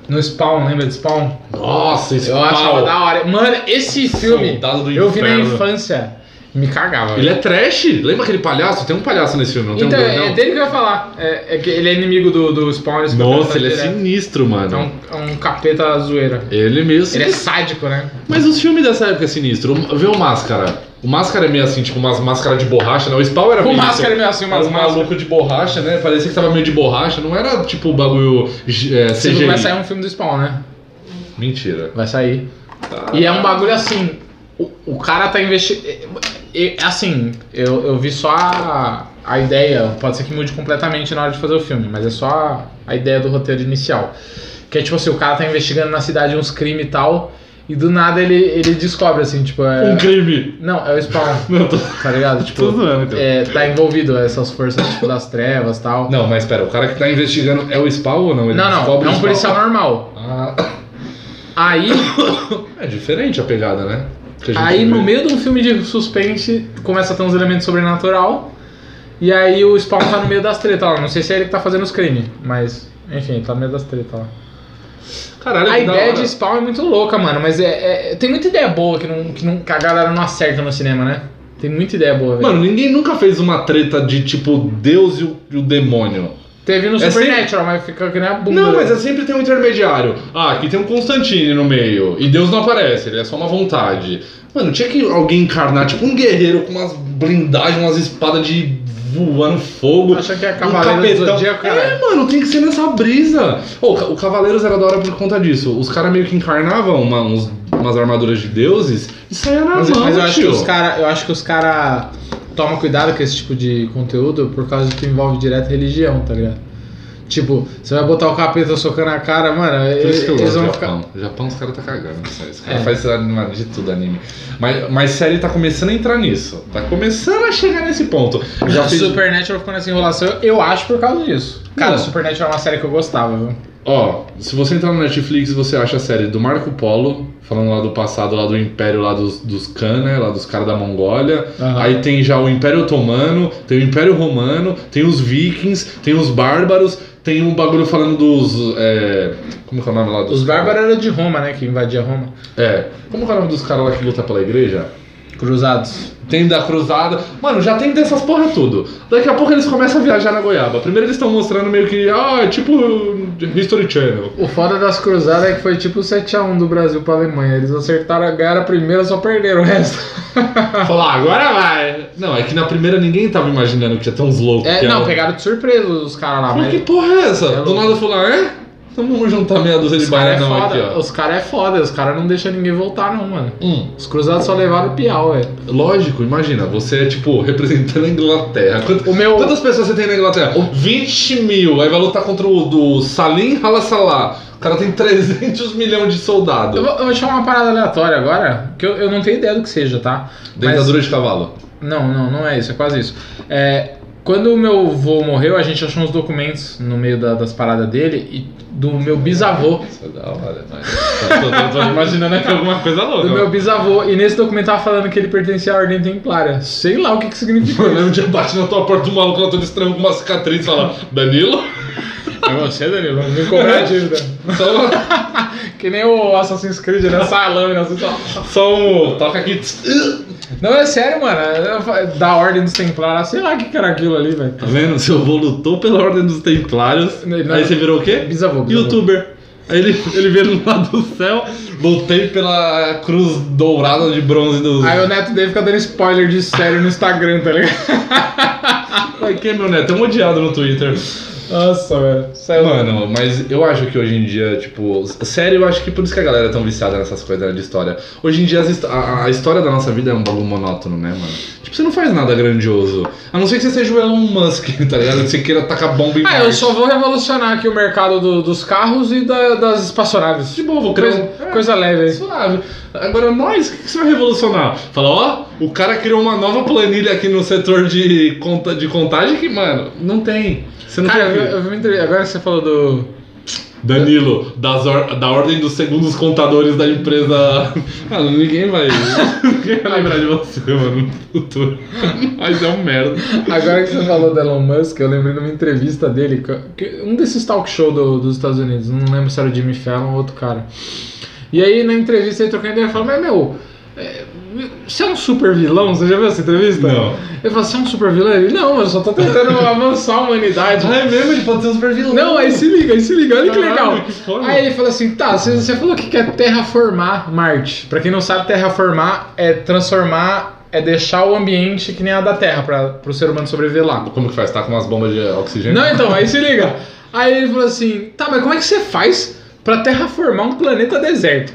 No Spawn, lembra de Spawn?
Nossa, esse
Eu
pau.
achava da hora. Mano, esse filme.
Soldado do
Eu vi na
Inferno.
infância. Me cagava.
Ele é trash. Lembra aquele palhaço? Tem um palhaço nesse filme, não
então,
tem um
é
doidão?
dele que eu ia falar. É, é que ele é inimigo do, do Spawn. isso que eu
Nossa,
quero
ele é
falar direto.
sinistro, mano.
É um, é um capeta zoeira.
Ele é meio
Ele é
sinistro.
sádico, né?
Mas os filmes dessa época é sinistro. Vê o Máscara. O Máscara é meio assim, tipo umas máscaras de borracha, né? O Spawn era
O
meio
máscara é
isso.
meio assim,
Era
umas
um
máscaras.
maluco de borracha, né? Parecia que tava meio de borracha. Não era tipo o bagulho é,
Você
CGI.
viu que vai sair um filme do Spawn, né?
Mentira.
Vai sair.
Tá.
E é um bagulho assim. O, o cara tá investindo. Assim, eu, eu vi só a, a ideia. Pode ser que mude completamente na hora de fazer o filme, mas é só a, a ideia do roteiro inicial. Que é tipo assim, o cara tá investigando na cidade uns crimes e tal. E do nada ele, ele descobre, assim, tipo. é-
Um crime.
Não, é o Spawn,
Não, tô,
tá
[LAUGHS]
ligado?
tô
Tipo,
zoando, então.
é, tá envolvido essas forças tipo, das trevas e tal.
Não, mas pera, o cara que tá investigando é o Spawn ou não? Ele
Não, não,
descobre
é
o
um
Spawn?
policial normal.
Ah,
Aí,
é diferente a pegada, né? Que a gente
aí
vê.
no meio de um filme de suspense, começa a ter uns elementos sobrenatural. E aí o Spawn tá no meio das tretas lá. Não sei se é ele que tá fazendo os crimes, mas. Enfim, tá no meio das tretas lá.
Caralho,
A
que da
ideia
hora.
de Spawn é muito louca, mano, mas é, é- tem muita ideia boa que, não, que, não, que a galera não acerta no cinema, né? Tem muita ideia boa, velho.
Mano, ninguém nunca fez uma treta de tipo Deus e o, e o demônio.
Teve no
é
Supernatural, mas fica que nem a bunda.
Não, mas é sempre tem um intermediário. Ah, aqui tem um Constantine no meio. E Deus não aparece, ele é só uma vontade. Mano, tinha que alguém encarnar, tipo um guerreiro com umas blindagens, umas espadas de voando fogo.
Acha que é
Um
Cavaleiro do
capetão.
Zodíaco, né?
É, mano, tem que ser nessa brisa. Ô, o Ca- o Cavaleiros era da hora por conta disso. Os caras meio que encarnavam uma- uns- umas armaduras de deuses e saia na
Mas,
mão,
mas eu acho que
tio.
os cara, eu acho que os cara toma cuidado com esse tipo de conteúdo por causa que envolve direto religião, tá ligado? Tipo, você vai botar o capeta socando a cara, mano,
Por isso
eles,
que eu
eles
gosto
vão
do
ficar.
Japão. O Japão os caras tá cagando. sério. Os caras
É.
fazem anime de tudo anime. Mas, mas série tá começando a entrar nisso. Tá começando a chegar nesse ponto.
[LAUGHS]
Eu Já fiz...
Supernatural ficou nessa enrolação, eu acho por causa disso. Cara,
Não.
Supernatural é uma série que eu gostava, viu?
Ó, se você entrar no Netflix, você acha a série do Marco Polo, falando lá do passado, lá do Império, lá dos, dos Khan, né? Lá dos caras da Mongólia.
Aham.
Aí tem já o Império Otomano, tem o Império Romano, tem os Vikings, tem os Bárbaros, tem um bagulho falando dos. é, Como que é o nome lá dos.
Os
caras?
bárbaros eram de Roma, né? Que invadia Roma.
É. Como que é o nome dos caras lá que lutam pela igreja?
Cruzados.
Tem da cruzada. Mano, já tem dessas porra tudo. Daqui a pouco eles começam a viajar na goiaba. Primeiro eles estão mostrando meio que, ah, é tipo History Channel.
O foda das cruzadas é que foi tipo o 7x1 do Brasil pra Alemanha. Eles acertaram a ganhar a primeira, só perderam o resto. Ah.
Falar, "Ah, agora vai. Não, é que na primeira ninguém tava imaginando que ia ter uns loucos.
É,
que
não,
era-
pegaram de surpresa os caras lá,
Mas
mas.
que porra é essa?
É
Do
louco.
nada falou, ah, é? Então vamos juntar meia dúzia de
Os caras é
baianão aqui,
foda,
ó.
os cara é foda, os caras não deixam ninguém voltar não, mano.
Hum,
Os cruzados só levaram o piau, velho.
lógico, imagina, você é tipo representando a Inglaterra. Quant-
O meu-
Quantas pessoas você tem na Inglaterra? 20 mil. Aí vai lutar contra o do Salim Halassalá. O cara tem 300 milhões de soldados.
Eu, vou- eu vou te falar uma parada aleatória agora, que eu, eu não tenho ideia do que seja, tá? Mas,
Dentadura de cavalo.
não, não, não é isso, é quase isso. É, quando o meu avô morreu, a gente achou uns documentos no meio da- das paradas dele e do meu bisavô.
Isso é da hora, mas. Tô, tô- tô imaginando aqui alguma coisa louca.
Do meu bisavô, e nesse documento tava falando que ele pertencia à ordem templária. Sei lá o que que significa.
Mano, um dia bate na tua porta um maluco lá todo estranho com uma cicatriz e fala: Danilo?
[LAUGHS]
[LAUGHS]
É você, Danilo, me cobrar a dívida.
Só,
[LAUGHS] Que nem o Assassin's Creed, né? Essa lâmina, assim, só...
só um. Toca aqui. tss, ih.
Não, é sério, mano. Eu fa- Da Ordem dos Templários, ah, sei lá o que que era aquilo ali, velho.
Tá vendo? Seu avô lutou pela ordem dos templários.
Não, não.
Aí você virou o quê?
Bisavô, bisavô.
Youtuber. Aí ele, ele veio lá do céu, voltei pela cruz dourada de bronze do.
Aí o neto dele fica dando spoiler de série no Instagram, tá ligado? [LAUGHS]
Ai, que é meu neto? É um odiado no Twitter.
Nossa, velho. Saiu.
Mano, mas eu acho que hoje em dia, tipo, sério, eu acho que por isso que a galera é tão viciada nessas coisas né, de história. Hoje em dia as hist- a, a história da nossa vida é um bagulho monótono, né, mano? Tipo, você não faz nada grandioso. A não ser que você seja o Elon Musk, [LAUGHS] tá ligado? Que Você queira tacar bomba em
Ah, eu
Marte.
só vou revolucionar aqui o mercado do- dos carros e da- das espaçonaves.
De boa, vou criar
Tipo, Coisa,
um- é,
coisa leve.
Suave. Agora, nós, o que que você vai revolucionar? Fala, ó, o cara criou uma nova planilha aqui no setor de, conta, de contagem que, mano, não tem. Você não
Cara, eu,
tem.
vi- eu vi uma entrevista- agora você falou do.
Danilo, das or- da ordem dos segundos contadores da empresa. Mano, ninguém vai. Ninguém vai lembrar de você, mano, no futuro. Mas é um merda.
Agora que você falou do Elon Musk, eu lembrei de uma entrevista dele, que- um desses talk show do- dos Estados Unidos, não lembro se era o Jimmy Fallon ou outro cara. E aí na entrevista ele trocando ideia e falou, mas meu, é, você é um super vilão? Você já viu essa entrevista?
Não.
Ele falou, você é um super vilão? Ele, não, eu só tô
[LAUGHS]
tentando avançar a humanidade.
é mesmo? Ele pode ser um super vilão.
Não, é aí se liga, aí se liga, olha que
Caralho,
legal.
que foda.
Aí ele falou assim: tá, você, você falou que quer terraformar Marte. Pra quem não sabe, terraformar é transformar, é deixar o ambiente que nem a da Terra, pra, pro ser humano sobreviver lá.
Como que faz? Tá com umas bombas de oxigênio?
Não, então, aí se liga. Aí ele falou assim: tá, mas como é que você faz pra terraformar um planeta deserto?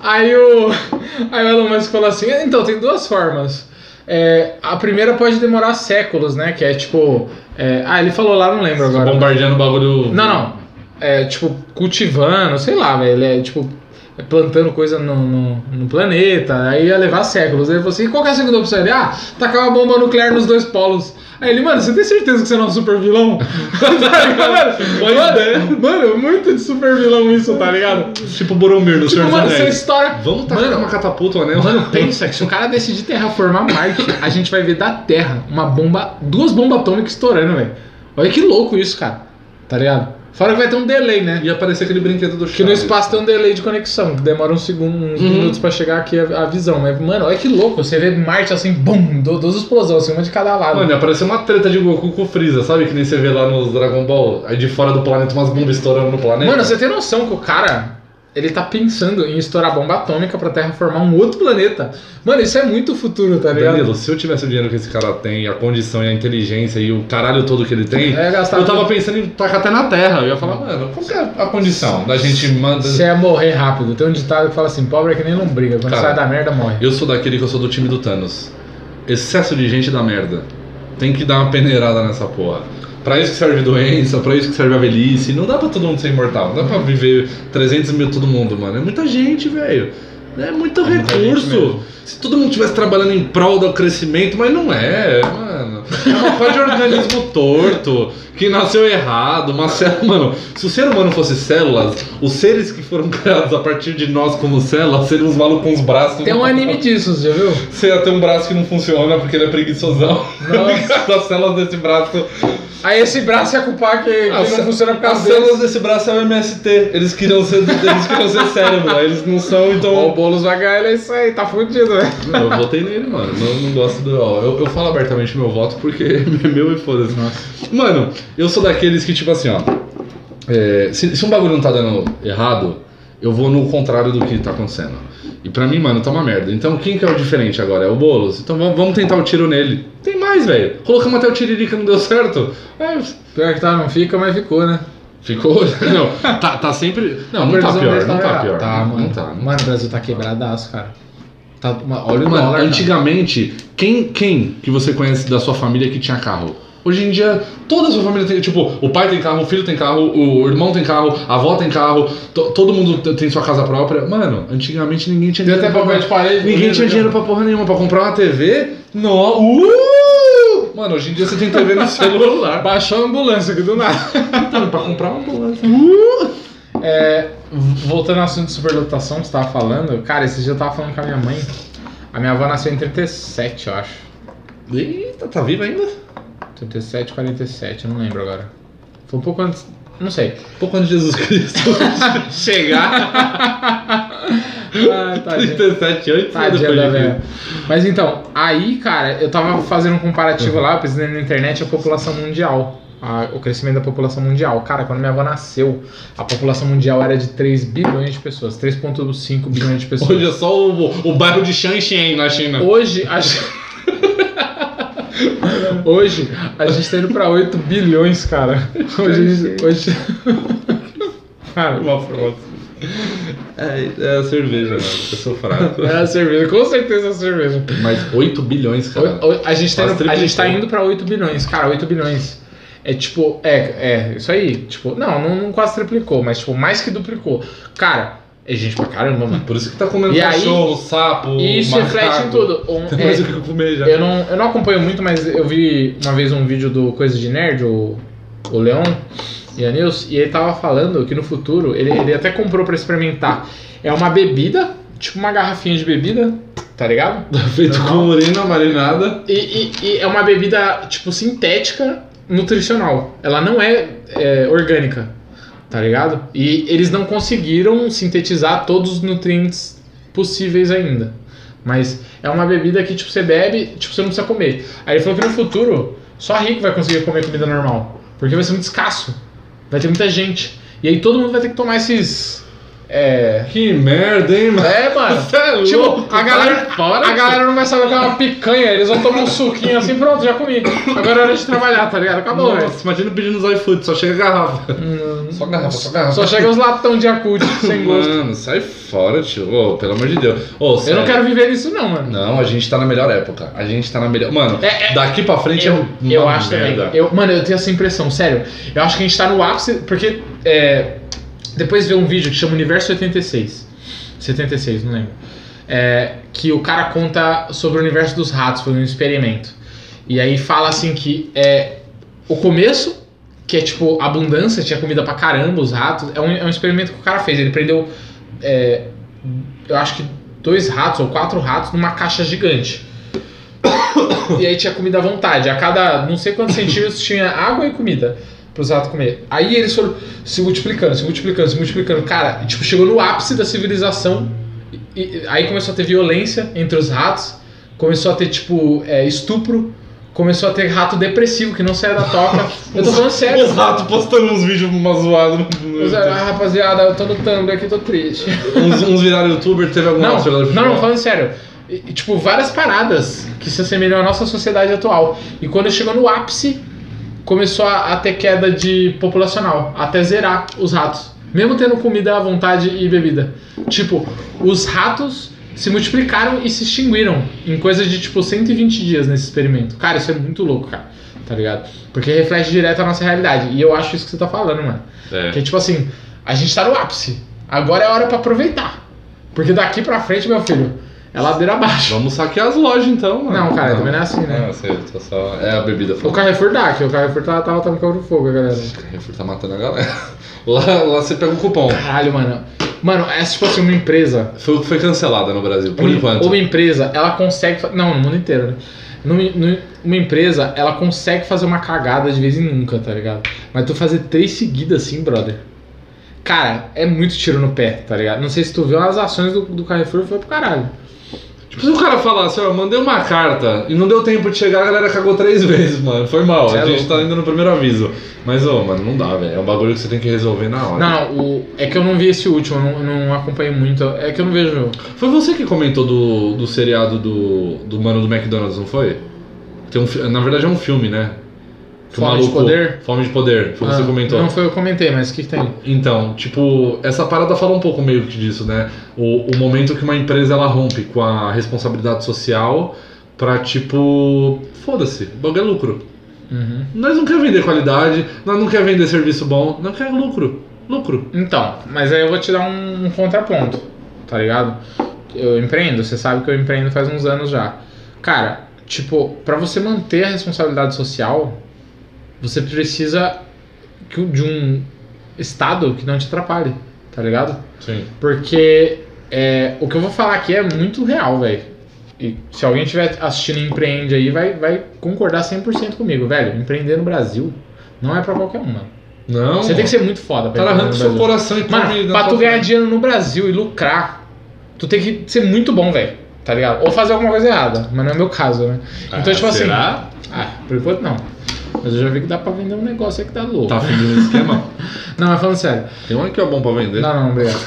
Aí o, [LAUGHS] aí o Elon Musk falou assim: então, tem duas formas. É, a primeira pode demorar séculos, né? Que é tipo. é, ah, ele falou lá, não lembro agora.
Bombardeando o bagulho.
Não, não. É tipo cultivando, sei lá, velho. É tipo plantando coisa no, no, no planeta. Aí ia levar séculos. Aí ele falou assim: "E qual que é a segunda opção? Ele, ah, tacar uma bomba nuclear nos dois polos. Aí ele, mano, você tem certeza que você não é um super vilão? [LAUGHS] tá ligado? Mano,
Pois
mano,
é.
mano, muito de super vilão isso, tá ligado?
Tipo Boromir no Senhor
Tipo,
dos
mano, você
Anéis.
estoura.
Vamos tacar
Mano,
uma catapulta, né?
Mano, pensa que se o cara decidir terraformar Marte, a gente vai ver da Terra uma bomba, duas bombas atômicas estourando, velho. Olha que louco isso, cara. Tá ligado? Fora que vai ter um delay, né?
Ia aparecer aquele brinquedo do
Que no
Chaves.
espaço tem um delay de conexão, que demora uns segundos, uns
Tá. Uhum.
minutos pra chegar aqui a, a visão. Mas, mano, olha que louco. Você vê Marte assim, bum, du- duas explosões, assim, uma de cada lado.
Mano, apareceu uma treta de Goku com o Freeza, sabe? Que nem você vê lá nos Dragon Ball. Aí de fora do planeta, umas bombas estourando no planeta.
Mano, você tem noção que o cara, ele tá pensando em estourar bomba atômica pra Terra formar um outro planeta. Mano, isso é muito futuro, tá ligado?
Danilo, se eu tivesse o dinheiro que esse cara tem, a condição e a inteligência e o caralho todo que ele tem,
É, gastar
eu tava
tudo.
pensando em tacar até na Terra. Eu ia falar, mano, qual que é a condição da gente manda.
Você ia morrer rápido. Tem um ditado que fala assim, pobre é que nem lombriga. Quando
Cara,
sai da merda, morre.
Eu sou daquele que eu sou do time do Thanos. Excesso de gente da merda. Tem que dar uma peneirada nessa porra. Pra isso que serve doença, pra isso que serve a velhice. Não dá pra todo mundo ser imortal. Não dá pra viver 300 mil todo mundo, mano. É muita gente, velho. É muito
muita gente
recurso.
mesmo.
Se todo mundo estivesse trabalhando em prol do crescimento, mas não é, mano. É uma coisa de organismo [LAUGHS] torto, que nasceu errado, uma célula. Mano, se o ser humano fosse células, os seres que foram [LAUGHS] criados a partir de nós como células seriam os malucos com os braços.
Tem um anime disso, você já viu?
Você ia ter um braço que não funciona porque ele é preguiçosão.
Nossa.
[LAUGHS] As células desse braço.
Aí esse braço é ia culpar que, que
Ah,
não
cé-
funciona por
As
causa dele.
células desse braço é o MST. Eles queriam ser, eles queriam ser cérebro, aí eles não são,
Ó, o
então.
Boulos vai ganhar ele é isso aí, tá fudido, velho.
Não, eu votei nele, mano. Não, não gosto do. Ó, eu, eu falo abertamente meu voto porque [LAUGHS] é meu e foda-se. Mano, eu sou daqueles que, tipo assim, ó. é, se, se um bagulho não tá dando errado, eu vou no contrário do que tá acontecendo. E pra mim, mano, tá uma merda. Então quem que é o diferente agora? É o Boulos. Então vamos, vamos tentar o tiro nele. Tem mais, velho. Colocamos até o Tiririca, não deu certo. É,
Pior que tá, não fica, mas ficou, né?
ficou. [LAUGHS] Não, tá, tá sempre. Não, não tá
Previsão
pior,
deles
não tá
errada.
pior.
Tá, mano.
Não tá, não
Mano, o Brasil tá quebradaço, cara. Tá, uma- olha o
Mano,
dólar. cara.
antigamente, quem, quem que você conhece da sua família que tinha carro? Hoje em dia, toda a sua família tem, tipo, o pai tem carro, o filho tem carro, o irmão tem carro, a avó tem carro, to- todo mundo te- tem sua casa própria. Mano, antigamente ninguém tinha
Tem
dinheiro.
até
pra
papel de
comprar-
parede,
Ninguém
bonito,
tinha
né?
dinheiro pra porra nenhuma, pra comprar uma TV. Não, uh! Mano, hoje em dia você tem
[LAUGHS]
TV no celular.
Baixou a ambulância aqui do nada.
Mano, pra comprar uma porra. Uh!
É, voltando ao assunto de superlotação que você tava falando, cara, esse dia eu tava falando com a minha mãe. A minha avó nasceu em 37, eu acho.
Eita, tá vivo ainda?
37, 47, eu não lembro agora. Foi um pouco antes. Não sei.
Pouco antes de Jesus Cristo.
[LAUGHS]
[LAUGHS]
Chegar. ah, [LAUGHS] tadinho.
37 antes ou
Tadinha
tá,
da
depois de Cristo?
velha. Mas
Uhum.
então, aí, cara, eu tava fazendo um comparativo lá, eu pesquisei na internet a população mundial. a- o crescimento da população mundial. Cara, quando minha avó nasceu, a população mundial era de 3 bilhões de pessoas, 3,5 bilhões de pessoas.
Olha é só o, o bairro de Shenzhen na China.
Hoje a gente... [LAUGHS] Hoje a gente tá indo pra 8 bilhões, cara. Hoje. a gente- hoje... [LAUGHS] Cara,
Uma frota.
É, é a cerveja, mano. Eu sou [LAUGHS] fraco.
é a cerveja, com certeza é a cerveja.
Mas 8 bilhões, cara.
Oi- oi- A gente, tá
Quase
indo, a gente tá
triplicou.
indo pra 8 bilhões, cara, 8 bilhões. É tipo, é, é, isso aí. Tipo, não, não, não quase triplicou, mas tipo, mais que duplicou. Cara, é gente pra caramba, mano.
Por isso que tá comendo
E aí-
cachorro, sapo,
E isso
macaco.
reflete em tudo. Um,
Tem
é,
mais o que comer já.
eu, não, eu não acompanho muito, mas eu vi uma vez um vídeo do Coisa de Nerd, o, o Leon e a Nils, e ele tava falando que no futuro, ele, ele até comprou pra experimentar. É uma bebida, tipo uma garrafinha de bebida, tá ligado?
[LAUGHS] Feito com urina marinada.
E, e- e é uma bebida, tipo, sintética, nutricional. Ela não é, é, orgânica, tá ligado? E eles não conseguiram sintetizar todos os nutrientes possíveis ainda. Mas é uma bebida que, tipo, você bebe, tipo, você não precisa comer. Aí ele falou que no futuro, só rico vai conseguir comer comida normal. Porque vai ser muito escasso. Vai ter muita gente. E aí todo mundo vai ter que tomar esses... É...
[LAUGHS] Que merda, hein, mano?
É, mano.
Cê é
Tipo,
louco,
a galera,
vai fora,
a galera não vai saber o que é uma picanha, eles vão tomar um suquinho assim, pronto, já comi. Agora é hora de trabalhar, tá ligado? Acabou, velho.
Nossa, imagina pedindo os iFood, só chega garrafa. Só garrafa, só garrafa.
Só chega os latão de acute sem gosto.
Mano, sai fora, tio. Ô, pelo amor de Deus. Ô,
Eu
sério.
não quero viver isso, não, mano.
Não, a gente tá na melhor época. A gente tá na melhor. Mano,
É, é-
daqui pra frente é
Eu,
uma
eu acho também.
merda.
Eu, mano, eu tenho essa impressão, sério. Eu acho que a gente tá no ápice, porque é, depois vê um vídeo que chama Universo 86. 76, não lembro. É, que o cara conta sobre o universo dos ratos, foi um experimento. E aí fala assim que é o começo, que é tipo abundância, tinha comida pra caramba, os ratos. É um, é um experimento que o cara fez. Ele prendeu, é, eu acho que dois ratos ou quatro ratos numa caixa gigante. E aí tinha comida à vontade. A cada não sei quantos centímetros tinha água e comida pros ratos comer. Aí eles foram se multiplicando, se multiplicando, se multiplicando. Cara, e, tipo, chegou no ápice da civilização. E, e- aí começou a ter violência entre os ratos. Começou a ter, tipo, é, estupro. Começou a ter rato depressivo que não saia da toca. Eu tô falando sério.
[LAUGHS] Os ratos postando uns vídeos uma zoada no- no
Mas,
YouTube.
ah, rapaziada, eu tô no Tumblr aqui, tô triste.
uns, uns viraram youtuber, teve alguma
Não,
outra jogada de
não,
futebol?
não, falando sério. E- e, tipo, várias paradas que se assemelham à nossa sociedade atual. E quando chegou no ápice, começou a, a ter queda de populacional, até zerar os ratos. Mesmo tendo comida à vontade e bebida. Tipo, os ratos se multiplicaram e se extinguiram em coisa de tipo 120 dias nesse experimento. Cara, isso é muito louco, cara. Tá ligado? Porque reflete direto a nossa realidade. E eu acho isso que você tá falando, mano.
É.
Que é tipo assim, a gente tá no ápice. Agora é a hora pra aproveitar. Porque daqui pra frente, meu filho, é ladeira abaixo.
Vamos saquear as lojas então, mano.
Não, cara, também não é assim, né?
Não, eu sei, eu tô só. É a bebida
O
fogo.
Carrefour dá, que o Carrefour tá, tá botando fogo fogo, galera.
O Carrefour tá matando a galera. [LAUGHS] Lá, lá você pega o cupom.
Caralho, mano. Mano, essa tipo assim, uma empresa.
Foi o que foi cancelada no Brasil, por
uma,
enquanto.
Uma empresa, ela consegue. fa- Não, no mundo inteiro, né? Numa- numa- uma empresa, ela consegue fazer uma cagada de vez em nunca, tá ligado? Mas tu fazer três seguidas assim, brother. Cara, é muito tiro no pé, tá ligado? Não sei se tu viu as ações do, do Carrefour, foi pro caralho.
Tipo, se o cara falasse, ó, mandei uma carta e não deu tempo de chegar, a galera cagou três [LAUGHS] vezes, mano. Foi mal.
Cê é
a gente
louco.
tá indo no primeiro aviso. Mas, ô, mano, não dá, velho. É um bagulho que você tem que resolver na hora.
Não, não, o- é que eu não vi esse último, eu não, eu não acompanhei muito. É que eu não vejo.
Foi você que comentou do, do seriado do, do mano do McDonald's, não foi? Tem um, fi- na verdade é um filme, né? Que o
Fome de Poder?
Fome de Poder, foi você
Ah,
que comentou.
Não foi eu que comentei, mas o que, que tem?
Então, tipo, essa parada fala um pouco meio que disso, né? O, o momento que uma empresa ela rompe com a responsabilidade social pra, tipo, foda-se, o bagulho é lucro.
Uhum.
Nós não quer vender qualidade, nós não quer vender serviço bom, nós quer lucro. Lucro.
Então, mas aí eu vou te dar um, um contraponto, tá ligado? Eu empreendo, você sabe que eu empreendo faz uns anos já. Cara, tipo, pra você manter a responsabilidade social, você precisa que o- de um Estado que não te atrapalhe, tá ligado?
Sim.
Porque é, o que eu vou falar aqui é muito real, velho. E se alguém estiver assistindo e Empreende aí, vai, vai concordar 100% comigo, velho. Empreender no Brasil não é pra qualquer um, mano.
Não.
Você tem que ser muito foda pra
Tá
empreender
narrando
no
seu
Brasil.
coração e
Mano, pra tu ganhar dinheiro no Brasil e lucrar, tu tem que ser muito bom, velho. Tá ligado? Ou fazer alguma coisa errada, mas não é meu caso, né? Então, tipo assim. Ah, por enquanto não. Mas eu já vi que dá pra vender um negócio aí que tá louco.
Tá fingindo esquema?
Não, mas falando sério.
Tem um que é bom pra vender.
Não, não, não, obrigado.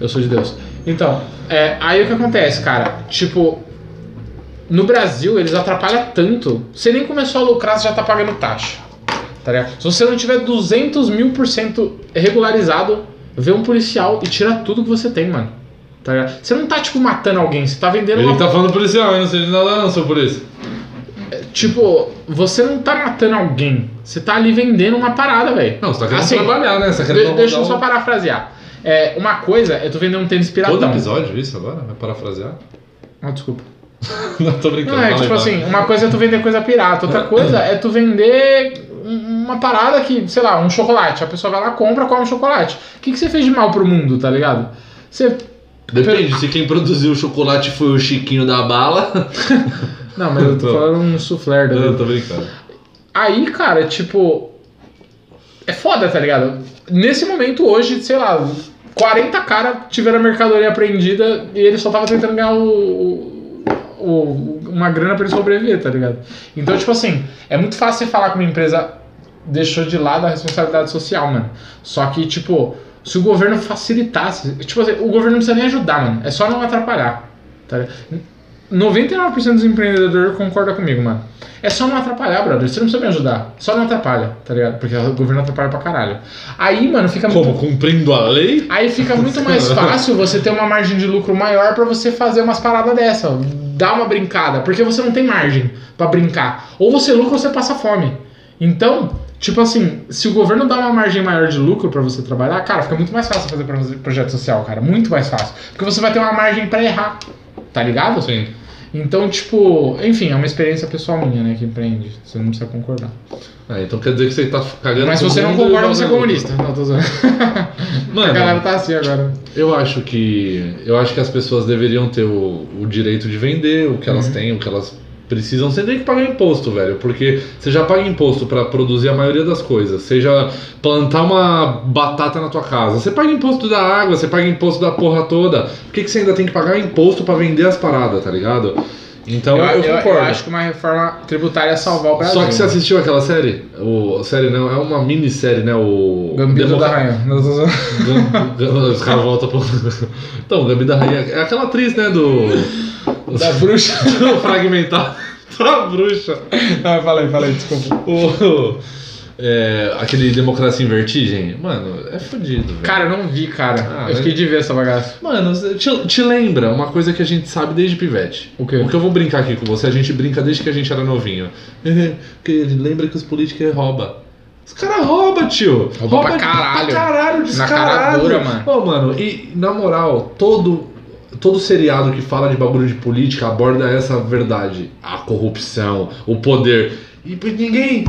Eu sou de Deus. Então, é, aí o que acontece, cara? Tipo, no Brasil eles atrapalham tanto. Você nem começou a lucrar, você já tá pagando taxa. Tá ligado? Se você não tiver 200 mil por cento regularizado, vê um policial e tira tudo que você tem, mano. Tá ligado? Você não tá, tipo, matando alguém, você tá vendendo
Ele
uma.
que tá falando policial, eu não sei de nada não, seu polícia.
Tipo, você não tá matando alguém, você tá ali vendendo uma parada, velho.
Não, você tá querendo
Assim,
trabalhar, né? Você
De-
tá querendo dar um-
deixa eu
dar
só
um-
parafrasear. É, uma coisa é tu vender um tênis
Todo
piratão.
episódio é isso agora? Vai parafrasear? [LAUGHS]
Ah, desculpa.
Não, tô brincando.
Não, é
fala aí,
tipo
fala.
assim, uma coisa é tu vender coisa pirata, outra coisa é tu vender um- uma parada que, sei lá, um chocolate. A pessoa vai lá, compra, come um chocolate. O que, que você fez de mal pro mundo, tá ligado? Você.
Depende, se quem produziu o chocolate foi o Chiquinho da Bala. [LAUGHS]
Não, mas eu tô
Não.
falando um soufflé da vida.
Eu tô brincando.
Aí, cara, tipo. É foda, tá ligado? Nesse momento, hoje, sei lá, 40 caras tiveram a mercadoria apreendida e ele só tava tentando ganhar o, o- uma grana pra ele sobreviver, tá ligado? Então, tipo assim, é muito fácil você falar que uma empresa deixou de lado a responsabilidade social, mano. Só que, tipo, se o governo facilitasse. Tipo assim, o governo não precisa nem ajudar, mano. É só não atrapalhar. Tá ligado? 99% dos empreendedores concorda comigo, mano. É só não atrapalhar, brother. Você não precisa me ajudar. Só não atrapalha, tá ligado? Porque o governo atrapalha pra caralho. Aí, mano, fica muito.
Como? Cumprindo a lei?
Aí fica muito [LAUGHS] mais fácil você ter uma margem de lucro maior pra você fazer umas paradas dessa, ó. dar uma brincada, porque você não tem margem pra brincar. Ou você lucra ou você passa fome. Então, tipo assim, se o governo dá uma margem maior de lucro pra você trabalhar, cara, fica muito mais fácil fazer pro- projeto social, cara, muito mais fácil, porque você vai ter uma margem pra errar. Tá ligado?
Sim.
Então, tipo, enfim, é uma experiência pessoal minha, né, que empreende. Você não precisa concordar.
Ah, então quer dizer que você tá cagando
Mas se
pro
você não
mundo e
concorda,
vai
você é
dar lucro.
comunista. Não, tô zoando. [LAUGHS] A galera
Mano,
tá assim agora.
eu acho que. Eu acho que as pessoas deveriam ter o, o direito de vender o que elas
Uhum.
têm, o que elas precisam. Você tem que pagar imposto, velho. Porque você já paga imposto pra produzir a maioria das coisas. Seja plantar uma batata na tua casa. Você paga imposto da água, você paga imposto da porra toda. Por que, que você ainda tem que pagar imposto pra vender as paradas, tá ligado? Então eu, concordo.
acho que é né? uma reforma tributária ia salvar o Brasil.
Só que você assistiu aquela série? O, série não, é uma minissérie, né? O.
Gambito
Demo-
da Rainha. Não, tô
[LAUGHS]
zoando.
Gam- Gam- Os caras voltam pro. [LAUGHS] Então, Gabi da Rainha é aquela atriz, né? Do.
Da bruxa.
[LAUGHS] do fragmentado [LAUGHS] da bruxa.
Ah, falei, falei, desculpa.
O. é, aquele Democracia em Vertigem. Mano, é fodido, velho.
Cara, eu não vi, cara.
Ah,
eu
mas-
fiquei de ver essa bagaça.
Mano, te, te lembra uma coisa que a gente sabe desde pivete.
O quê?
Porque eu vou brincar aqui com você, a gente brinca desde que a gente era novinho. [LAUGHS] Porque lembra que os políticos roubam. Os caras roubam, tio.
Rouba pra caralho.
Pra caralho,
Na cara
descarado.
dura, mano.
Ô, mano, e na moral, todo, todo seriado que fala de bagulho de política aborda essa verdade. A corrupção, o poder. E p- ninguém...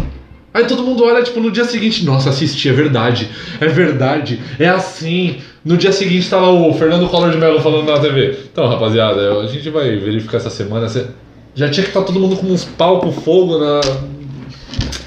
Aí todo mundo olha, tipo, no dia seguinte, nossa, assisti, é verdade, é verdade, é assim. No dia seguinte tá lá o Fernando Collor de Mello falando na TV. Então, rapaziada, eu- a gente vai verificar essa semana. se- Já tinha que estar todo mundo com uns pau com fogo na.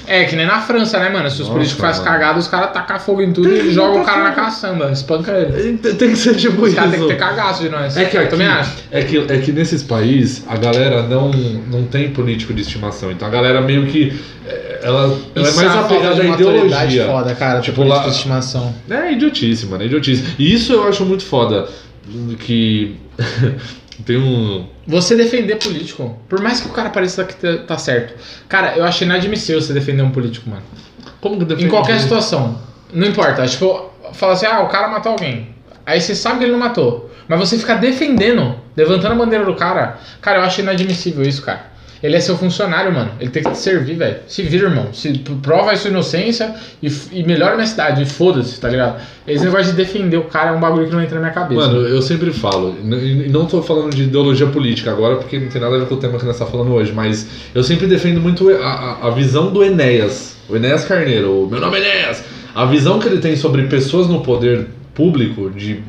É, que nem na França, né, mano? Se os
Nossa,
políticos fazem
mano.
cagada, os caras tacam fogo em tudo
Tem
e
que
jogam o
tacar
cara na
fogo.
caçamba. Espanca ele.
Tem tem que ser tipo
Os
isso.
caras têm que ter cagaço de nós.
É que
eu
aqui,
também acho.
É que, é que nesses países a galera não, não tem político de estimação. Então a galera meio que. é, Ela, ela é
Isso
mais
uma falta
apegada à
de maturidade
ideologia.
foda, cara.
Tipo,
político
lá-
de estimação.
É idiotice, mano, é idiotice. E isso eu acho muito foda. Que. [LAUGHS] tem um.
Você defender político, por mais que o cara pareça que tá- tá certo. Cara, eu acho inadmissível você defender um político, mano.
Como que defende
Em qualquer
isso?
situação. Não importa. Tipo, fala assim, ah, o cara matou alguém. Aí você sabe que ele não matou. Mas você fica defendendo, levantando a bandeira do cara. Cara, eu acho inadmissível isso, cara. Ele é seu funcionário, mano. Ele tem que te servir, velho. Se vira, irmão. Se prova a sua inocência e, f- e melhora a minha cidade. E foda-se, tá ligado? Esse negócio de defender o cara é um bagulho que não entra na minha cabeça.
Mano, eu sempre falo, e não tô falando de ideologia política agora, porque não tem nada a ver com o tema que nós estamos falando hoje, mas eu sempre defendo muito a, a- a visão do Enéas, o Enéas Carneiro, o meu nome é Enéas, a visão que ele tem sobre pessoas no poder público, de,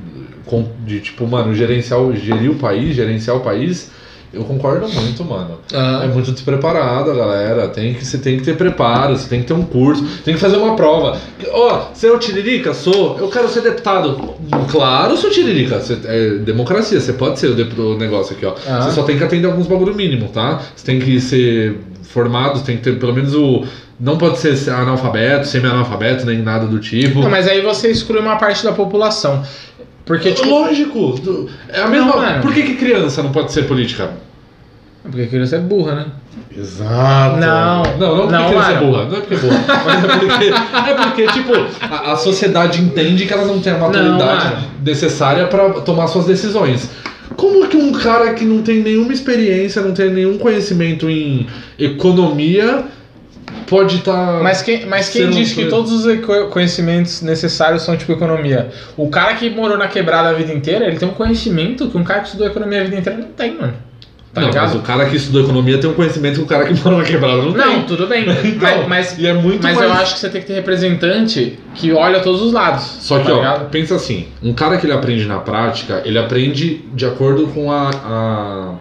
com- de tipo, mano, gerenciar, o- gerir o país, gerenciar o país, Eu concordo muito, mano. É
Aham.
muito despreparado, galera. Tem que, você tem que ter preparo, você tem que ter um curso, tem que fazer uma prova. Ó, você é o Tiririca? Sou. Eu quero ser deputado. Claro, sou Tiririca. Você- é democracia, você pode ser o, dep- o negócio aqui, ó.
Ah.
Você só tem que atender alguns bagulho mínimo, tá? Você tem que ser formado, você tem que ter pelo menos o. Não pode ser analfabeto, semi-analfabeto, nem nada do tipo.
Não, mas aí você exclui uma parte da população. Porque, tipo,
Lógico. do- É a
Não,
mesma.
mano.
Por que, que criança não pode ser política?
porque criança é burra, né?
Exato.
Não.
Não, não porque
Não,
criança é
mano.
burra. Não é porque é burra. Mas é porque, é porque tipo, a, a sociedade entende que ela não tem a maturidade
mano.
necessária pra tomar suas decisões. Como que um cara que não tem nenhuma experiência, não tem nenhum conhecimento em economia, pode tá- estar.
Mas quem, mas quem
Você não
diz
foi.
que todos os eco- conhecimentos necessários são tipo economia? O cara que morou na quebrada a vida inteira, ele tem um conhecimento que um cara que estudou economia a vida inteira não tem, mano. Tá
não, mas
ligado?
o cara que estudou economia tem um conhecimento que o cara que [LAUGHS] mora na quebrada não,
Não,
tem.
tudo [LAUGHS] bem. mas
Então,
mas,
e é muito
mas
mais
eu acho que você tem que ter representante que olha todos os lados.
Só que,
tá
ó,
ligado?
pensa assim: um cara que ele aprende na prática, ele aprende de acordo com a, a, a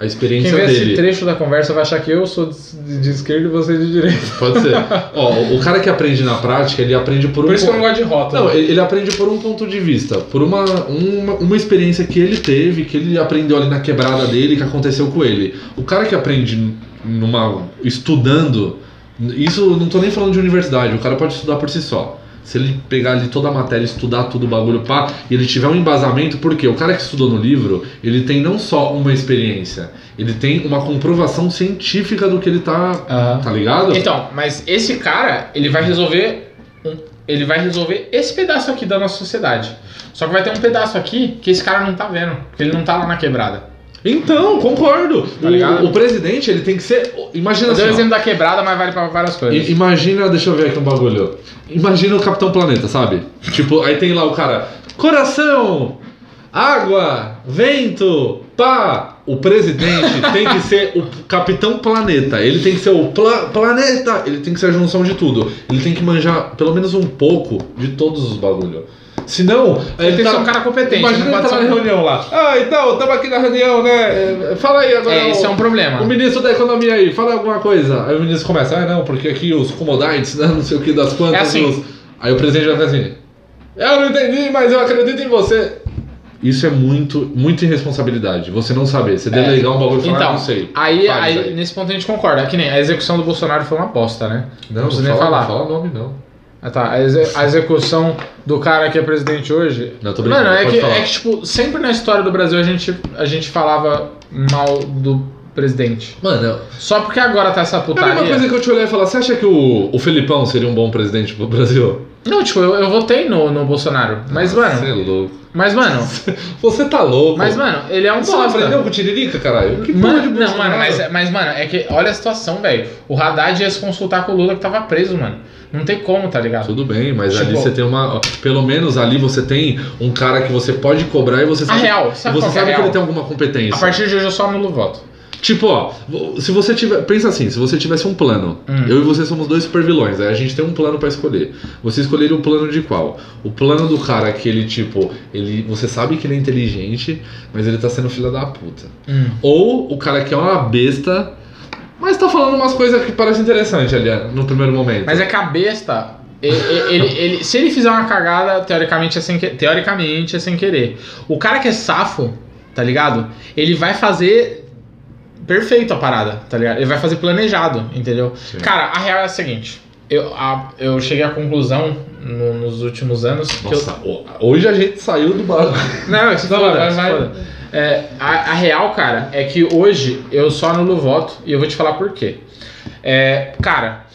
Quem
experiência
vê esse
dele.
trecho da conversa vai achar que eu sou de, de esquerda e você de direita.
Pode ser. ó, o cara que aprende na prática, ele aprende por,
Por
um.
isso que eu não
ponto-
gosto de rota. né?
Não, ele ele aprende por um ponto de vista, por uma, uma, uma experiência que ele teve, que ele aprendeu ali na quebrada dele, que aconteceu com ele. O cara que aprende numa estudando, isso não tô nem falando de universidade, o cara pode estudar por si só. Se ele pegar ali toda a matéria, estudar tudo o bagulho, pá, e ele tiver um embasamento, porque o cara que estudou no livro, ele tem não só uma experiência, ele tem uma comprovação científica do que ele tá.
Aham.
Tá ligado?
Então, mas esse cara, ele vai resolver. um- Ele vai resolver esse pedaço aqui da nossa sociedade. Só que vai ter um pedaço aqui que esse cara não tá vendo. Porque ele não tá lá na quebrada.
Então, concordo.
Tá ligado? um
o, o presidente, ele tem que ser. Imagina
Eu dei o
assim, ó.
exemplo da quebrada, mas vale pra várias coisas.
I- Imagina, deixa eu ver aqui um bagulho. Imagina o Capitão Planeta, sabe? Tipo, aí tem lá o cara, coração, água, vento, pá. O [LAUGHS] presidente tem que ser o Capitão Planeta. Ele tem que ser o pla- planeta. Ele tem que ser a junção de tudo. Ele tem que manjar pelo menos um pouco de todos os bagulhos. Senão, aí
Ele tem que
tá-
ser um cara competente.
Imagina
não
ele
pode
tá na
ser um-
reunião lá. Ah, então, tamo aqui na reunião, né? É, Fala aí agora.
É, esse é
o-
um problema.
o ministro da economia aí, fala alguma coisa. Aí o ministro começa, ah não, porque aqui os commodities, né, [LAUGHS] não sei o que das quantas.
É assim.
os- Aí o presidente vai fazer assim, eu não entendi, mas eu acredito em você. Isso é muito, muita irresponsabilidade. Você não saber, você delegar um bagulho e falar,
É.
ah,
Então,
não sei.
aí,
Faz
aí, nesse ponto a gente concorda. É que nem a execução do Bolsonaro foi uma aposta, né?
Não,
precisa
não
nem
fala,
falar.
Não fala nome, não.
Ah, tá. A, exe- a execução do cara que é presidente hoje.
Não, tô brincando,
Mano, é
pode
que,
falar.
é que, tipo, sempre na história do Brasil a gente, a gente falava mal do presidente.
Mano,
Só porque agora tá essa
é a mesma
putaria.
É coisa que eu te olhar e falar, você acha que o, o Felipão seria um bom presidente pro Brasil?
Não, tipo, eu, eu votei no, no Bolsonaro. Mas,
Você é
mano.
louco.
Mas, mano.
Você tá louco.
Mas, mano, ele é um
você não aprendeu
bosta.
com o Tiririca, caralho? Que porra de
Mano, não,
Bolsonaro?
mano, mas, mas, mano, é que olha a situação, velho. O Haddad ia se consultar com o Lula que tava preso, mano. Não tem como, tá ligado?
Tudo bem, mas
Tipo-
ali você tem uma. Pelo menos ali você tem um cara que você pode cobrar e você
A
sabe.
real, sabe
você
qual que é a
sabe que
real?
ele tem alguma competência.
A partir de hoje eu só anulo o voto.
Tipo, ó, se você tiver. Pensa assim, se você tivesse um plano,
Hum.
eu e você somos dois super vilões, aí a gente tem um plano pra escolher. Você escolheria o plano de qual? O plano do cara que ele, tipo, ele. Você sabe que ele é inteligente, mas ele tá sendo filha da puta. Ou o cara que é uma besta, mas tá falando umas coisas que parecem interessante ali ah, no primeiro momento.
Mas é que a besta. Ele, ele- ele- se ele fizer uma cagada, teoricamente é, sem que- teoricamente é sem querer. O cara que é safo, tá ligado? Ele vai fazer perfeito a parada, tá ligado? Ele vai fazer planejado, entendeu?
Sim.
Cara, a real é a seguinte. Eu, a- eu cheguei à conclusão no- nos últimos anos que eu,
Nossa, ho- hoje a gente saiu do barco.
[LAUGHS] Não, isso
Não,
foda,
vai,
se
vai.
foda. É, a, a real, cara, é que hoje eu só anulo o voto e eu vou te falar por quê. É, cara,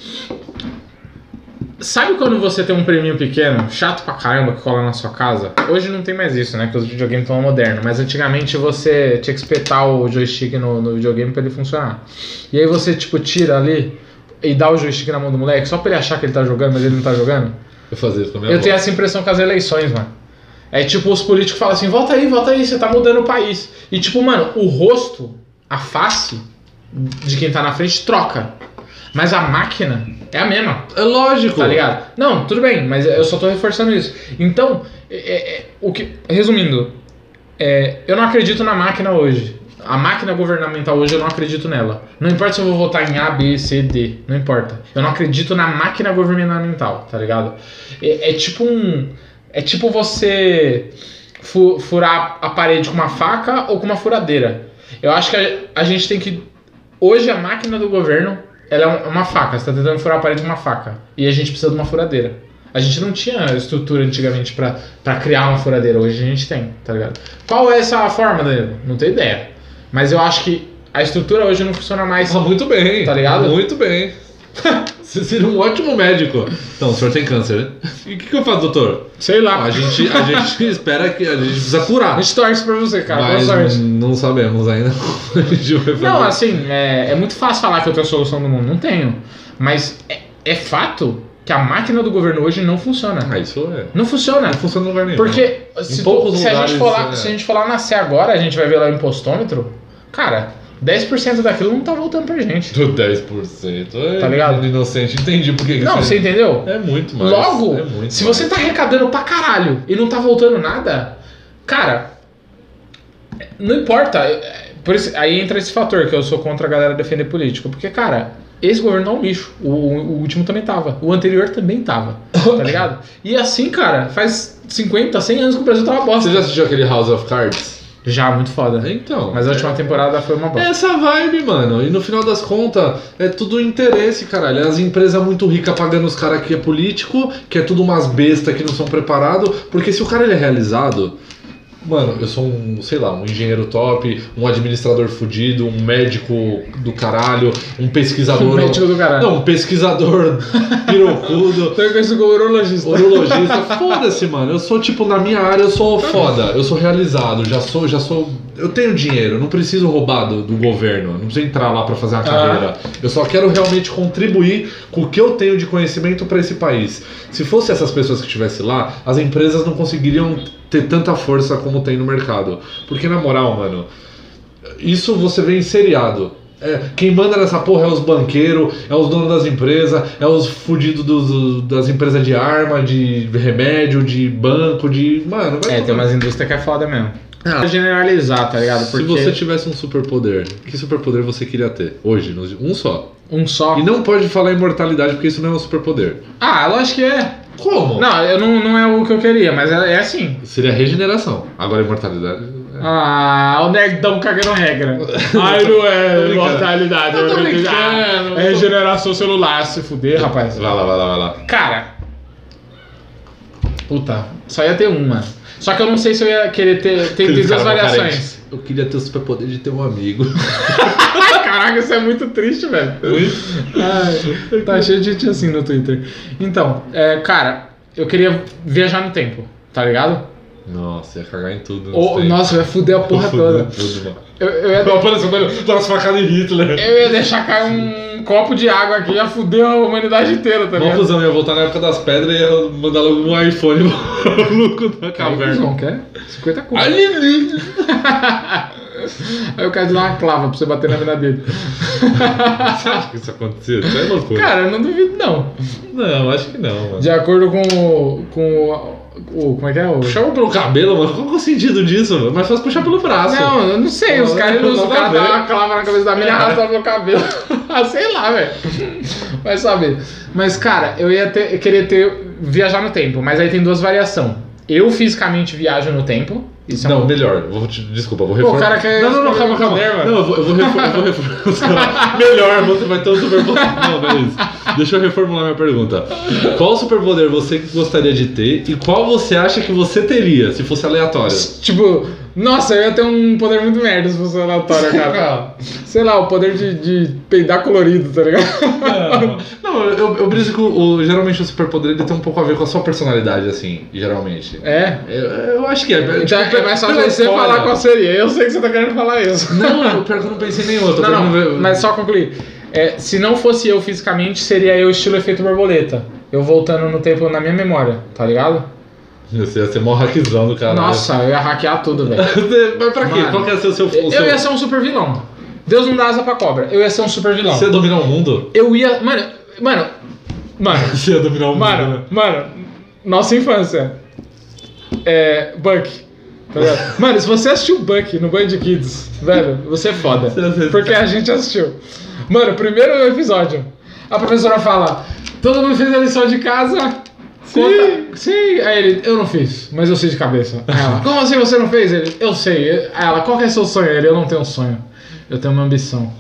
sabe quando você tem um prêmio pequeno, chato pra caramba, que cola na sua casa? Hoje não tem mais isso, né? Que os videogames estão modernos, mas antigamente você tinha que espetar o joystick no, no videogame pra ele funcionar. E aí você, tipo, tira ali e dá o joystick na mão do moleque só pra ele achar que ele tá jogando, mas ele não tá jogando?
Eu fazia isso com a minha
Eu
avó.
tenho essa impressão com as eleições, mano. É tipo, os políticos falam assim, volta aí, volta aí, você tá mudando o país. E tipo, mano, o rosto, a face de quem tá na frente troca. Mas a máquina é a mesma,
É lógico.
tá ligado? Não, tudo bem, mas eu só tô reforçando isso. Então, é- é- é- o que, resumindo, é, eu não acredito na máquina hoje. A máquina governamental hoje eu não acredito nela. Não importa se eu vou votar em A, B, C, D. Não importa. Eu não acredito na máquina governamental, tá ligado? É, é tipo um. É tipo você fu- furar a parede com uma faca ou com uma furadeira. Eu acho que a, a gente tem que. Hoje a máquina do governo ela é um- uma faca. Você tá tentando furar a parede com uma faca. E a gente precisa de uma furadeira. A gente não tinha estrutura antigamente pra, pra criar uma furadeira. Hoje a gente tem, tá ligado? Qual é essa forma, Danilo? Não tenho ideia. Mas eu acho que a estrutura hoje não funciona mais.
Ah, muito bem.
Tá ligado?
Muito bem. [LAUGHS] Você seria um ótimo médico. Então, o senhor tem câncer, né? E o que, que eu faço, doutor?
Sei lá.
A gente, a [LAUGHS] gente espera que a gente precisa
A
curar.
gente torce pra você, cara. Boa
mas
sorte.
não sabemos ainda [LAUGHS] como a gente vai fazer. Ah,
Não, assim, é, é muito fácil falar que eu tenho a solução do mundo. Não tenho. Mas é, é fato que a máquina do governo hoje não funciona.
Ah, isso é.
Não funciona.
Não funciona em lugar nenhum.
Porque se, tu-
poucos
se a gente
lugares,
for lá,
é.
se a gente for lá nascer agora, a gente vai ver lá o impostômetro. Cara, 10% daquilo não tá voltando pra gente.
Do 10%. É
Tá ligado?
Inocente. Entendi por que que
Não,
isso
você
é-
entendeu?
É muito mais.
Logo,
é muito
se
mais.
você tá arrecadando pra caralho e não tá voltando nada, cara, não importa. É, Por isso, aí entra esse fator que eu sou contra a galera defender político. Porque, cara, esse governo não é um lixo. O, o último também tava. O anterior também tava.
[LAUGHS]
Tá ligado? E assim, cara, faz 50, 100 anos que o Brasil tá uma bosta.
Você já assistiu aquele House of Cards?
Já, muito foda.
Então.
Mas a última temporada foi uma
É
bosta.
essa vibe, mano. E no final das contas, é tudo interesse, caralho. As empresas muito ricas pagando os caras que é político, que é tudo umas bestas que não são preparados. Porque se o cara ele é realizado. Mano, eu sou um, sei lá, um engenheiro top, um administrador fudido, um médico do caralho,
[LAUGHS]
um pesquisador.
O médico do caralho.
Não, um pesquisador [LAUGHS] pirocudo.
Eu conheço o urologista.
Urologista, foda-se, mano. Eu sou tipo, na minha área eu sou foda, eu sou realizado, já sou, já sou. Eu tenho dinheiro, eu não preciso roubar do, do governo, eu não preciso entrar lá pra fazer uma carreira. Eu só quero realmente contribuir com o que eu tenho de conhecimento pra esse país. Se fosse essas pessoas que estivessem lá, as empresas não conseguiriam ter tanta força como tem no mercado. Porque na moral, mano, isso você vê em seriado. É, quem manda nessa porra é os banqueiros, é os donos das empresas, é os fudidos dos- dos- das empresas de arma, de remédio, de banco, de. Mano, vai
É,
tomar-
tem umas indústrias que é foda mesmo.
Ah.
Pra generalizar, tá ligado?
Se
Porque
você tivesse um superpoder, que superpoder você queria ter? Hoje, nos- um só.
um só.
E não pode falar immortalidade, porque isso não é um superpoder.
Ah, lógico que é.
Como?
Não, eu não, não é o que eu queria, mas é, é assim.
Seria regeneração. Agora imortalidade.
Ah, o nerdão cagando
[LAUGHS]
regra. Ai, não
Tô
é
brincando.
mortalidade.
Eu tô
é-
brincando.
É regeneração celular, se fuder, rapaz.
é- Vai lá, vai lá, vai lá.
Cara. Puta, só ia ter uma. Só que eu não sei se eu ia querer ter. Tem, tem
Aqueles
duas
cara mó
variações.
Eu queria ter o superpoder de ter um amigo.
Caraca, isso é muito triste, velho. Ai, tá cheio de gente assim no Twitter. Então, é, cara, eu queria viajar no tempo, tá ligado?
Nossa, ia cagar em tudo. nesse
Ou,
tempo.
nossa, vai fuder a porra toda.
Tudo, mano.
Eu, eu ia,
Não, apareceu quando dá umas facadas em Hitler.
eu ia deixar cair um copo de água aqui, ia fuder a humanidade inteira, tá ligado?
Confusão, ia voltar na época das pedras e ia mandar logo um iPhone [LAUGHS] pro maluco da caverna.
Não quer? 50 conto.
Ali,
[LAUGHS]
ali.
Aí o cara dá uma clava pra você bater na mina dele.
Você acha que isso aconteceu? Isso é loucura.
Cara, eu não duvido, não.
não, acho que não, mano.
De acordo com o. com o. o como é que é? O,
Puxava pelo cabelo, mano. Qual que é o sentido disso, mano? Mas faz puxar pelo braço.
Não, eu não sei. Os
Não,
caras
não
os
dá
caras
pra ver.
dão uma clava na cabeça da
É.
mina e arrastam meu cabelo. [LAUGHS] Ah, sei lá, velho. Vai saber. Mas, cara, eu ia ter, eu queria ter. viajar no tempo, mas aí tem duas variações. Eu fisicamente viajo no tempo. Isso é
Não,
um-
melhor. Vou te- Desculpa, vou
Pô,
reformar.
o cara quer
Não, não, não, calma, calma.
poder, mano.
Não, eu vou, eu vou reformar. Eu
[LAUGHS]
vou reformular. melhor, você vai ter um superpoder. Não, beleza. Deixa eu reformular minha pergunta. Qual superpoder você gostaria de ter e qual você acha que você teria se fosse
[LAUGHS]
aleatório?
Tipo, nossa, eu ia ter um poder muito merda se fosse
[LAUGHS]
aleatório, cara. Sei lá, o poder de, de peidar colorido, tá ligado?
Não, eu, eu briso que o, o- geralmente o superpoder ele tem um pouco a ver com a sua personalidade, assim, geralmente.
[LAUGHS] É.
Eu, eu acho que é.
Então é mais fácil
pela
você
história.
falar com a seria. Eu sei que você tá querendo falar isso.
Não, eu, pior que eu não pensei em nenhum. Eu tô
Não,
tentando
não,
ver-
mas só concluir. É, se não fosse eu fisicamente, seria eu estilo efeito borboleta. Eu voltando no tempo na minha memória, tá ligado?
Você ia ser mó hackzão do cara.
Nossa, eu ia hackear tudo, velho.
Mas pra quê?
Mano.
Qual que ia ser o seu. O seu...
Eu ia ser um super vilão. Deus não dá asa pra cobra. Eu ia ser um super vilão.
Você ia dominar o mundo?
Eu ia. Mano, mano. Mano,
[LAUGHS] Você ia dominar o mundo.
mano,
né?
mano. Nossa infância. É. Buck. tá [LAUGHS] ligado? Mano, se você assistiu Buck no Band Kids, velho, [LAUGHS] você é foda. Porque a gente assistiu. Mano, primeiro episódio. A professora fala: todo mundo fez a lição de casa. Sim. Sim. Aí ele, eu não fiz, mas eu sei de
[LAUGHS]
cabeça. Aí
Ah.
ela, como assim você não fez? Ele, eu sei. Aí ela, qual que é seu sonho? Ele, eu não tenho um sonho. Eu tenho uma
[LAUGHS]
ambição.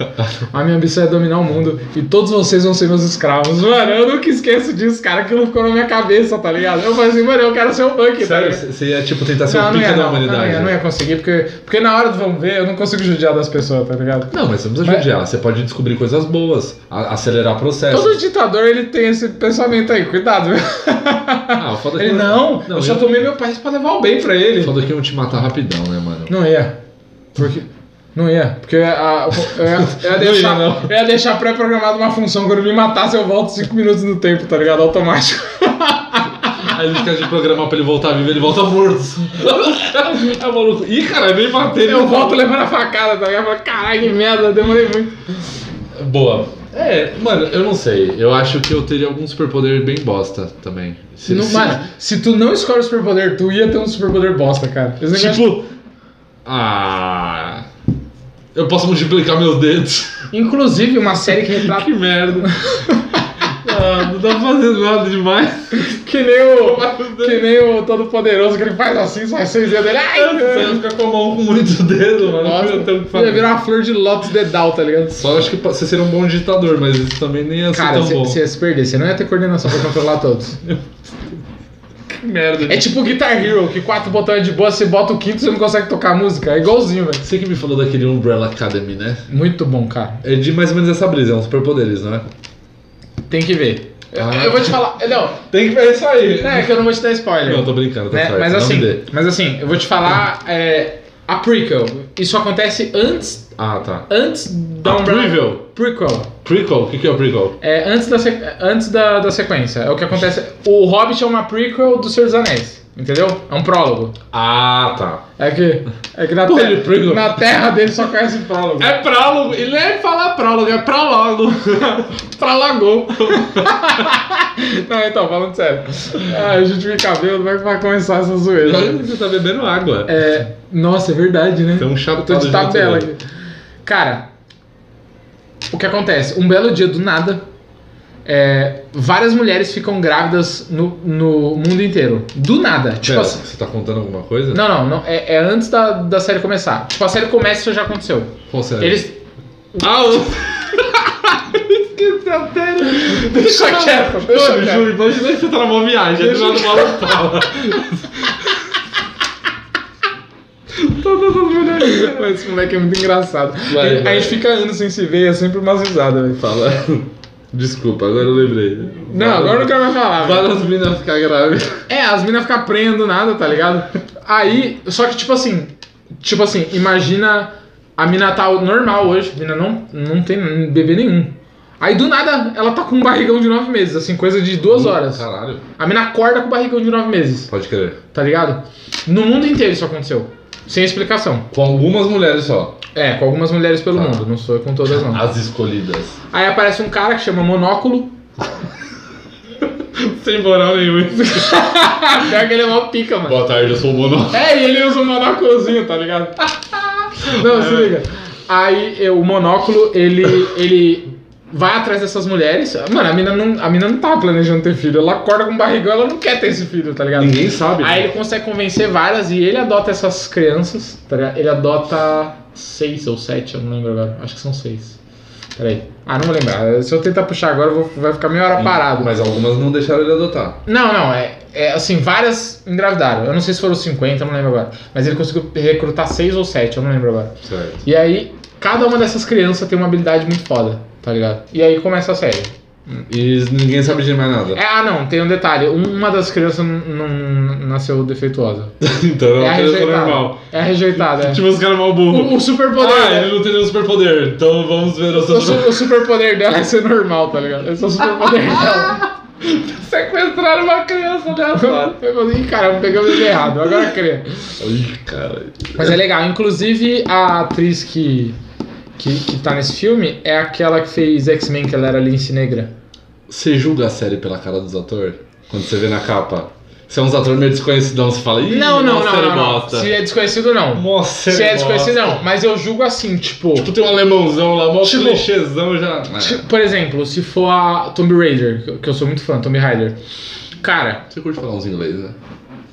A minha ambição é dominar o mundo e todos vocês vão ser meus escravos. Mano, eu nunca esqueço disso, cara. Aquilo ficou na minha cabeça, tá ligado? Eu falei assim, mano, eu quero ser um punk, tá
Sério,
ligado?
você ia tipo tentar ser
Não,
o
não
pica
ia,
da
não, não,
humanidade. né?
ia, não ia conseguir, porque, porque na hora do vamos ver, eu não consigo judiar das pessoas, tá ligado?
Não, mas você não precisa
Mas-
judiar. Você pode descobrir coisas boas, a- acelerar processos.
Todo ditador, ele tem esse pensamento aí, cuidado, viu?
Ah, o foda é que
Ele, não, eu só
ia-
tomei meu país pra levar o bem pra ele.
Foda que iam te matar rapidão, né, mano?
Não ia. Porque. Não ia. Porque a, eu, ia, eu ia
Não ia,
deixar,
não.
eu ia deixar pré-programado uma função. Quando me matasse, eu volto 5 minutos no tempo, tá ligado? Automático.
Aí ele fica de programar pra ele voltar vivo, ele volta morto. é maluco. Ih, cara, nem matei ele.
Eu volto levando a facada, tá ligado? Eu falo, Caralho, que merda, demorei muito.
Boa. É, mano, eu não sei. Eu acho que eu teria algum superpoder bem bosta também. Se-
Não,
se-
mano, se tu não escolhe o superpoder, tu ia ter um superpoder bosta, cara. Esse negócio-
Tipo. Ah. Eu posso multiplicar meus dedos.
Inclusive, uma série que
[LAUGHS]
retrata.
Que merda. Ah, não dá pra fazer nada demais.
que nem o. Que nem o Todo-Poderoso, que ele faz assim, sai seis dedos dele.
Você
Ai!
fica com a mão com muito dedo, mano.
Nossa,
Eu tenho o que
ia
fazer.
virar uma flor de lótus dedal, tá ligado?
Só acho que você seria um bom ditador, mas isso também nem ia ser
Cara,
tão bom.
você ia se perder, você não ia ter coordenação pra controlar todos.
Que merda.
É tipo Guitar Hero, que quatro botões é de boa, você bota o quinto e você não consegue tocar a música. É igualzinho, velho.
Você que me falou daquele Umbrella Academy, né?
Muito bom, cara.
É de mais ou menos essa brisa, é um superpoderes, não é?
Tem que ver. Eu-
Ah.
Eu vou te falar. Não,
Tem que ver isso aí.
é que eu não vou te dar spoiler.
Não, tô brincando, tá
né?
certo.
Mas
não
assim,
me dê.
mas assim, eu vou te falar é, a prequel. Isso acontece antes,
Ah, tá.
antes da
A
um Umbrella-
prequel?
Prequel.
Prequel? O que, que é o prequel?
É, antes da, se- antes da, da sequência. É o que acontece. O Hobbit é uma prequel do Senhor dos Anéis. Entendeu? É um prólogo.
Ah, tá.
É que, é que na,
Pô,
terra-
ele pregou.
na terra dele só conhece prólogo.
É prólogo, e nem fala prólogo, é [LAUGHS] prólogo. [LAUGHS]
prologou. Não, então, falando sério. Ah, eu juntei cabelo, como é que vai começar essa zoeira?
Você tá bebendo água.
É, nossa, é verdade, né?
Tem um
eu tô
chapado
de tabela aqui. Cara, o que acontece? Um belo dia do nada, é, várias mulheres ficam grávidas no, no mundo inteiro. Do nada. Tipo
Pera,
assim.
você tá contando alguma coisa?
Não, não, não. É, é antes da, da série começar. Tipo, a série começa e isso já aconteceu.
Qual é? série?
Eles,
Ah, o... Esqueci a série.
[LAUGHS] Deixa quieto, deixa
Mano,
quieto.
Ju, imagina que você tá numa viagem, do lado do maluco fala. [LAUGHS] Tá,
Todas as mulheres. Mas esse moleque é muito engraçado.
Vai,
Ele-
vai.
A gente fica anos sem se ver, é sempre umas risadas, velho.
Fala. Desculpa, agora eu lembrei.
Não, agora eu não quero mais falar. velho.
Várias minas ficar grávidas.
É, as minas ficam prendendo do nada, tá ligado? Aí, só que tipo assim, tipo assim, imagina a mina tá normal hoje, a mina não, não tem bebê nenhum. Aí do nada ela tá com um barrigão de nove meses, assim, coisa de duas horas.
Caralho.
A mina acorda com o barrigão de nove meses,
Pode crer.
tá ligado? No mundo inteiro isso aconteceu. Sem explicação.
Com algumas mulheres só.
É, com algumas mulheres pelo
Tá. Ah.
mundo, não sou com todas não.
As escolhidas.
Aí aparece um cara que chama Monóculo. [LAUGHS]
Sem moral nenhum.
Pior que ele é mó pica, mano.
Boa tarde, eu sou o Mono.
É, e ele usa um monóculozinho, tá ligado? [LAUGHS] Não,
É.
se liga. Aí eu- o monóculo, ele, ele vai atrás dessas mulheres. Mano, a mina, não, a mina não tá planejando ter filho. Ela acorda com um barrigão, ela não quer ter esse filho, tá ligado?
Ninguém sabe. né?
Aí ele consegue convencer várias e ele adota essas crianças, tá ligado? Ele adota seis ou sete, eu não lembro agora. Acho que são seis. Peraí. Ah, não vou lembrar. Se eu tentar puxar agora, eu vou- vai ficar meia hora parado.
É Mas algumas não deixaram ele adotar.
Não, não, é, é assim, várias engravidaram. Eu não sei se foram 50, eu não lembro agora. Mas ele conseguiu recrutar seis ou sete, eu não lembro agora.
Certo.
E aí, cada uma dessas crianças tem uma habilidade muito foda, tá ligado? E aí começa a série.
E ninguém sabe de mais nada.
É, ah, não, tem um detalhe. Uma das crianças n- n- nasceu defeituosa.
[LAUGHS] então não
É a
uma criança
rejeitada.
normal.
É a rejeitada, é.
Tipo os caras mal burro.
O, o superpoder.
Ah,
né?
ele não tem nenhum superpoder, então vamos ver o
O,
seu
su
super...
o superpoder dela é ser normal, tá ligado? Esse é o
[LAUGHS]
superpoder dela.
Sequestraram uma criança dessa.
Eu falei, Ih, caramba, pegamos ele errado, agora é crê.
Ih, cara.
Mas é legal. Inclusive, a atriz que, que, que tá nesse filme é aquela que fez X-Men, que ela era Lince Negra.
Você julga a série pela cara dos atores? Quando você vê na capa. Se é uns atores meio desconhecidão, você fala, ih,
Não, não,
nossa,
não,
ele
não, não.
gosta.
Se é desconhecido, não.
Nossa,
Se é
ele gosta.
desconhecido, não. Mas eu julgo assim, tipo.
Tipo, tem um alemãozão lá, mó
Tipo-
clichêzão já. Ah,
se- Por exemplo, se for a Tomb Raider, que eu- que eu sou muito fã, Tomb Raider. Cara,
Você curte falar uns inglês, né?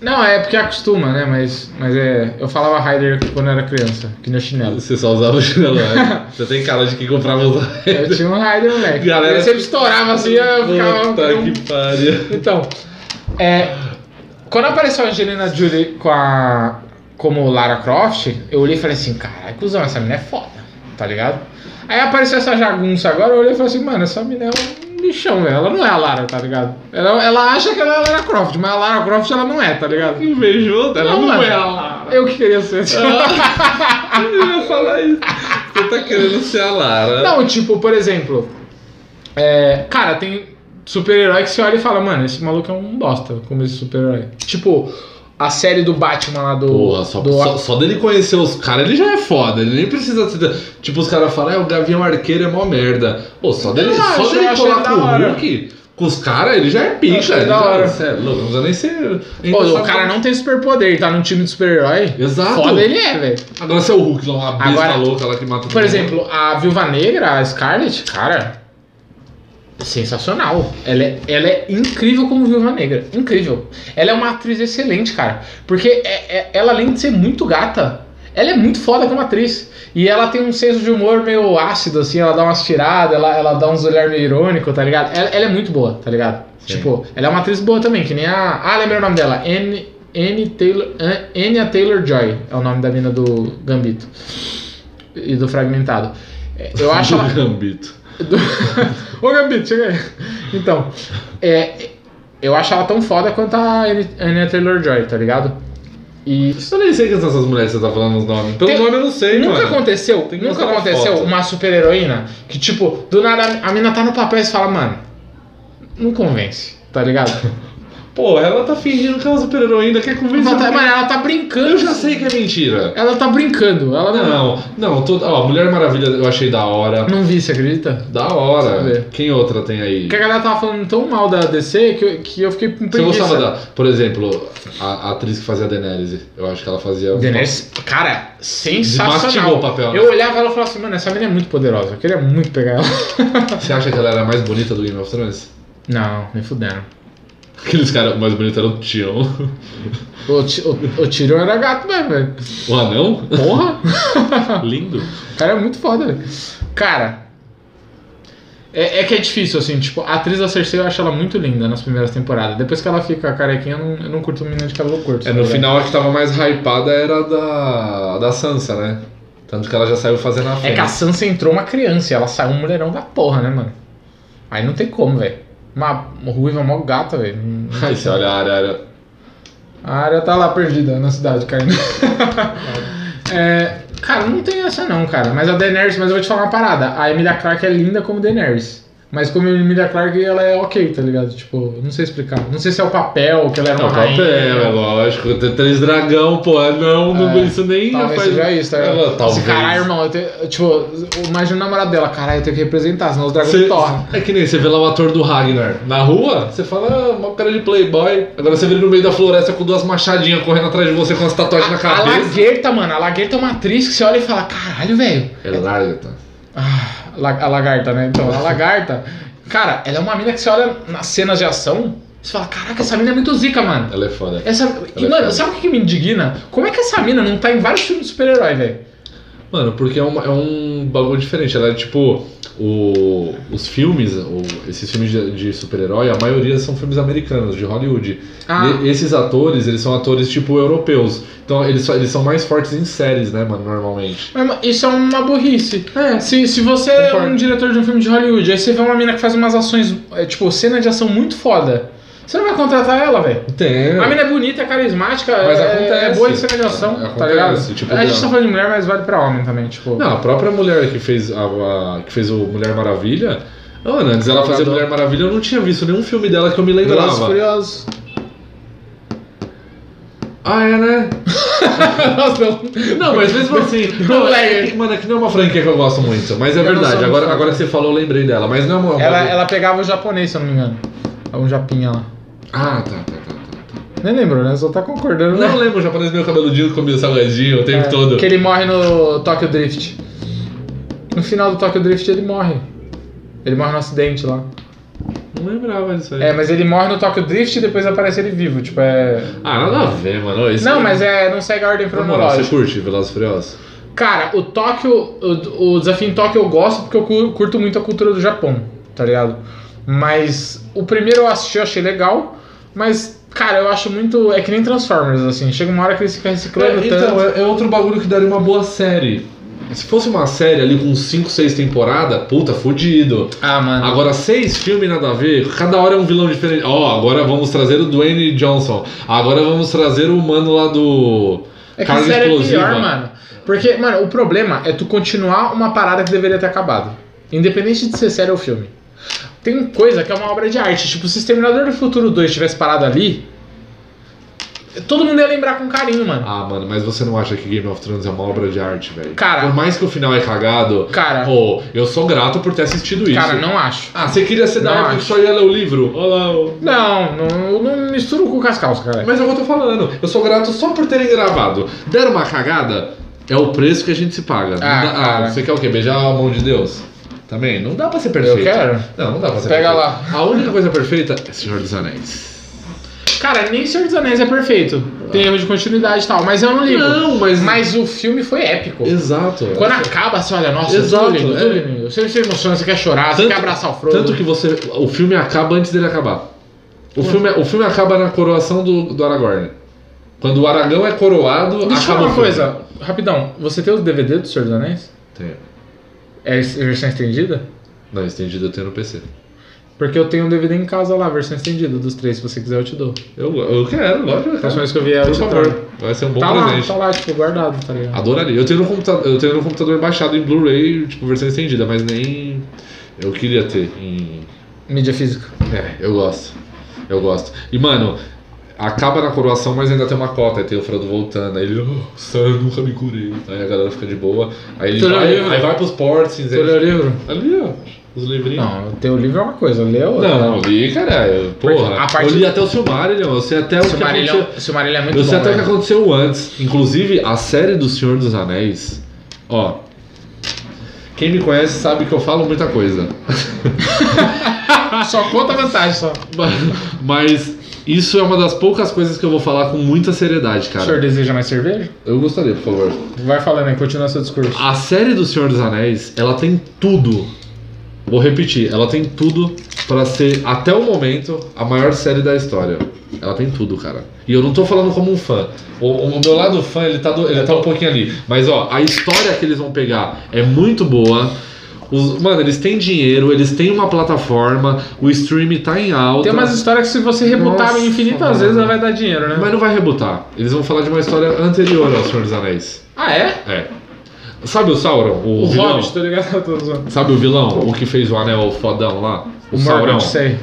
não, é porque acostuma, né? Mas, mas é. Eu falava Raider quando eu era criança, que no chinelo.
Você só usava o chinelo, [LAUGHS] né? Você tem cara de que comprava os
Eu tinha um Raider, moleque.
Galera-
Eu sempre estourava assim, eu ficava. um
Puta que pariu.
Então, é, quando apareceu a Angelina Jolie com a, como Lara Croft, eu olhei e falei assim, caralho, cuzão, essa mina é foda, tá ligado? Aí apareceu essa jagunça agora, eu olhei e falei assim, mano, essa mina é um lixão, velho, ela não é a Lara, tá ligado? Ela, ela acha que ela é a Lara Croft, mas a Lara Croft ela não é, tá ligado?
Invejou, ela não,
mano,
é a Lara. É.
Eu que queria ser assim.
Eu ia falar isso. Você tá querendo ser a Lara.
Não, tipo, por exemplo, é, cara, tem super-herói que você olha e fala, mano, esse maluco é um bosta como esse super-herói. Tipo, a série do Batman lá do.
Porra, só,
do-
só, só dele conhecer os caras, ele já é foda. Ele nem precisa ser. Tipo, os caras falam, é, o Gavião Arqueiro é mó merda. Pô, só dele,
Eu
só
acho, eu
dele
acho
colar
ele da
com o
hora.
Hulk, com os caras, ele já é pica.
Eu acho
Ele
ele da
já,
hora.
Cê é louco, não precisa nem ser. nem
Pô, o
sabe
cara
como-
não tem superpoder, tá num time de super-herói.
um Exato.
Foda ele é, velho.
Agora você é o Hulk, lá, uma besta
Agora-
louca lá que mata todo
Por
mundo.
exemplo, a Viúva Negra, a Scarlet, cara. é Sensacional. Ela é, ela é incrível como Viúva Negra. Incrível. Ela é uma atriz excelente, cara. Porque é- é- ela, além de ser muito gata, ela é muito foda como atriz. E ela tem um senso de humor meio ácido, assim. Ela dá umas tiradas, ela, ela dá uns olhar meio irônico, tá ligado? Ela, ela é muito boa, tá ligado?
Sim.
Tipo, ela é uma atriz boa também, que nem a. Ah, lembrei o nome dela. Anne, Anne Taylor, An- Anya Taylor Joy é o nome da mina do Gambito e do Fragmentado. É, Eu
[LAUGHS]
acho
Do
ela.
Gambito.
do- [LAUGHS] Ô Gambito, chega aí. Então, é, eu acho ela tão foda quanto a Anya Taylor Joy, tá ligado? E.
Eu nem sei quem são essas mulheres que você tá falando os nomes. Pelo
Tem-
nome eu não sei,
Nunca
mano.
aconteceu,
Tem que
nunca
mostrar uma
aconteceu
foto.
uma super heroína que, tipo, do nada a mina tá no papel e você fala, mano, não convence, tá
[LAUGHS]
ligado?
Pô, ela tá fingindo que é uma super-heroína, quer convencer.
Ela tá,
alguém.
mano, ela tá brincando.
Eu já sei que é mentira.
Ela tá brincando, ela não.
Não, não, tô, ó, Mulher Maravilha eu achei da hora.
Não vi, você acredita?
Da hora.
Saber.
Quem outra tem aí?
Porque a galera tava falando tão mal da DC que eu, que eu fiquei com
Você
preguiça.
gostava da. Por exemplo, a, a atriz que fazia a Daenerys. Eu acho que ela fazia.
Daenerys, né? cara,
Desmastigou
sensacional.
o papel, né?
Eu olhava ela e falava assim, mano, essa menina é muito poderosa, eu queria muito pegar ela. [LAUGHS]
Você acha que ela era a mais bonita do Game of Thrones?
Não, me fuderam.
Aqueles caras o mais bonitos eram o Tion. [LAUGHS]
O, Ti- o, o Tyrion era gato mesmo, velho.
O anão?
Porra!
Lindo.
[LAUGHS] O cara é muito foda, velho. Cara, é, é que é difícil, assim, tipo, a atriz da Cersei eu acho ela muito linda nas primeiras temporadas. Depois que ela fica carequinha, eu não, eu não curto menina de cabelo curto. tá
É, no
sabe?
final a que tava mais hypada era a da. a da Sansa, né? Tanto que ela já saiu fazendo a
É
fêmea.
que a Sansa entrou uma criança e ela saiu um mulherão da porra, né, mano? Aí não tem como, velho. Uma ruiva mó gata, velho. Não- não
Aí você olha a área, área.
A área tá lá perdida na cidade,
[LAUGHS]
caindo. É, cara, não tem essa não, cara. Mas a Daenerys, mas eu vou te falar uma parada. A Emilia Clarke é linda como Daenerys. Mas como Emilia Clarke, ela é ok, tá ligado? Tipo, não sei explicar. Não sei se é o papel, que ela era
É o
uma rainha.
papel, é lógico. Tem três dragão, pô. Não, não
É,
isso nem
Talvez
rapaz.
seja isso, tá
Ela-
ligado?
talvez.
Esse caralho, irmão, eu tenho, tipo, imagina o namorado dela. Caralho, eu tenho que representar, senão os dragões
Cê-
torram.
é que nem você vê lá o ator do Ragnar na rua, você fala, ah, mó cara de playboy. Agora você vê ele no meio da floresta com duas machadinhas correndo atrás de você com as tatuagens na
A
cabeça.
Laguerta, mano, a Laguerta é uma atriz que você olha e fala, caralho, velho.
É larga, tá?
Ah, la- a lagarta, né? Então, a lagarta. Cara, ela é uma mina que você olha nas cenas de ação, você fala: caraca, essa mina é muito zica, mano.
Ela é foda.
Essa, e,
é
mano,
foda.
sabe o que que me indigna? Como é que essa mina não tá em vários filmes de super-herói, velho?
Mano, porque é, uma- é um bagulho diferente. Ela é tipo. O, os filmes, o- esses filmes de, de super-herói, a maioria são filmes americanos, de Hollywood.
Ah.
E- esses atores, eles são atores tipo europeus. Então eles, só- eles são mais fortes em séries, né, mano, normalmente.
Mas, mano, Isso é uma burrice.
É.
Se, se você é
Concordo.
um diretor de um filme de Hollywood, aí você vê uma mina que faz umas ações, é, tipo, cena de ação muito foda, você não vai contratar ela, velho.
Tem.
A mina é bonita, é carismática,
Mas
é,
acontece.
é boa em cena de ação, tá
Acontece,
ligado?
tipo,
a gente
não.
tá falando de mulher, mas vale pra homem também, tipo.
Não, a própria mulher que fez a, a- que fez o Mulher Maravilha, mano, antes dela fazer
Adoro.
Mulher Maravilha, eu não tinha visto nenhum filme dela que eu me
Velozes e
lembrava.
Furiosos.
Ah, é, né?
Nossa, não.
Não,
[LAUGHS]
mas mesmo assim. não, é que- mano, é que não é uma franquia que eu gosto muito, mas é
Eu não sou
verdade.
muito
Agora,
fã.
agora que você falou, eu lembrei dela, mas não é uma.
Ela, ela pegava o japonês, se eu não me engano. Um japinha lá.
Ah, tá, tá, tá, tá, tá.
Nem lembrou, né? Só tá concordando.
Não lembro, o japonês meio cabeludinho que comia salgadinho o tempo todo.
É. Que ele morre no Tokyo Drift. No final do Tokyo Drift ele morre. Ele morre no acidente lá.
Não lembrava disso aí.
É, mas ele morre no Tokyo Drift e depois aparece ele vivo, tipo, é.
Ah, nada a ver, mano. Esse
Não, mas é. Não segue a ordem
Na moral, você
cronológica.
curte Velozes e Furiosos?
Cara, o Tóquio. O, o desafio em Tóquio eu gosto porque eu cu- curto muito a cultura do Japão, tá ligado? Mas o primeiro eu assisti, eu achei legal, mas, cara, eu acho muito. É que nem Transformers, assim. Chega uma hora que eles ficam reciclando
É,
tanto.
então, é, é outro bagulho que daria uma boa série. Se fosse uma série ali com 5, 6 temporadas, puta, fudido.
Ah, mano.
Agora, seis filmes nada a ver, cada hora é um vilão diferente. Ó, agora vamos trazer o Dwayne Johnson. Agora vamos trazer o mano lá do.
É que
Carga
série
explosiva.
é pior, mano. Porque, mano, o problema é tu continuar uma parada que deveria ter acabado. Independente de ser série ou filme. Tem coisa que é uma obra de arte. Tipo, se Exterminador do Futuro 2 tivesse parado ali, todo mundo ia lembrar com carinho, mano.
Ah, mano, mas você não acha que Game of Thrones é uma obra de arte, velho?
Cara-
Por mais que o final é cagado,
Cara.
pô, eu sou grato por ter assistido isso.
Cara, não acho.
Ah, você queria ser da
Não
época que
acho.
só ia ler o livro? Olha lá, ó.
Não, não, não misturo com as calças, cara.
Mas é o que eu tô falando. Eu sou grato só por terem gravado. Deram uma cagada, é o preço que a gente se paga. Não
Ah,
dá- ah,
cara.
você quer o quê? Beijar a mão de Deus? Também? Não dá pra ser perfeito.
Eu quero.
Não, não dá pra ser
Pega
perfeito. lá. A única coisa perfeita é Senhor dos Anéis.
Cara, nem Senhor dos Anéis é perfeito. Tem erro de continuidade e tal, mas eu não ligo.
Não, mas-
Mas o filme foi épico.
Exato.
Quando acaba, você olha, nossa,
Exato,
tudo lindo,
é.
tudo lindo. Você se emociona, você quer chorar, você quer abraçar o Frodo.
Tanto que você. O filme acaba antes dele acabar. O, filme,
assim?
o filme acaba na coroação do, do Aragorn. Quando o Aragão é coroado,
Deixa eu
acaba
falar
o
uma
filme.
coisa, rapidão. Você tem o DVD do Senhor dos Anéis?
Tenho.
É a versão estendida?
Não, estendido eu tenho no PC.
Porque eu tenho um DVD em casa lá, a versão estendida dos três. Se você quiser, eu te dou.
Eu, eu quero, lógico. eu
As
quero.
vezes que eu vier, eu
Por
te
favor,
trago.
vai ser um bom
Tá lá,
presente.
tá lá, tipo, guardado, tá ligado?
Adoraria. Eu tenho no computador, eu tenho no computador baixado em Blu-ray, tipo, versão estendida, mas nem eu queria ter em
Mídia física.
é, eu gosto. Eu gosto. E mano, acaba na coroação, mas ainda tem uma cota, aí tem o Frodo voltando, aí ele, oh, Sam, nunca me curei. Aí a galera fica de boa, aí ele
Tu leu o
vai,
livro?
aí vai pros portes,
Você leu o livro?
ali, ó, os livrinhos.
Não, ter o livro é uma coisa, ler é outra.
Não, não, eu li, caralho. Porra,
a parte-
eu li até o Silmarillion, eu sei até o que aconteceu.
Silmarillion, Silmarillion é muito
Eu
bom,
sei até o que
né?
aconteceu antes. Inclusive, a série do Senhor dos Anéis. Ó. Quem me conhece sabe que eu falo muita coisa. [LAUGHS]
Ah, só conta vantagem, só.
Mas- Mas isso é uma das poucas coisas que eu vou falar com muita seriedade,
O senhor
cara.
deseja mais cerveja?
Eu gostaria, por favor.
Vai falando aí, continua seu discurso.
A série do Senhor dos Anéis, ela tem tudo. Vou repetir, ela tem tudo pra ser, até o momento, a maior série da história. Ela tem tudo, cara. E eu não tô falando como um fã. O, o meu lado fã, ele tá, do- ele tá um pouquinho ali. Mas, ó, a história que eles vão pegar é muito boa. Os- mano, eles têm dinheiro, eles têm uma plataforma, o stream tá em alta.
Tem umas histórias que se você rebutar
Nossa,
infinitas
mano.
vezes, ela vai dar dinheiro, né?
Mas não vai rebutar. Eles vão falar de uma história anterior ao Senhor dos Anéis.
Ah, é?
É. Sabe o Sauron? O,
O
vilão?
Hobbit, tô ligado? Eu tô zoando.
Sabe o vilão? O que fez o anel fodão lá? O,
O
Saurão.
Morgoth, sei.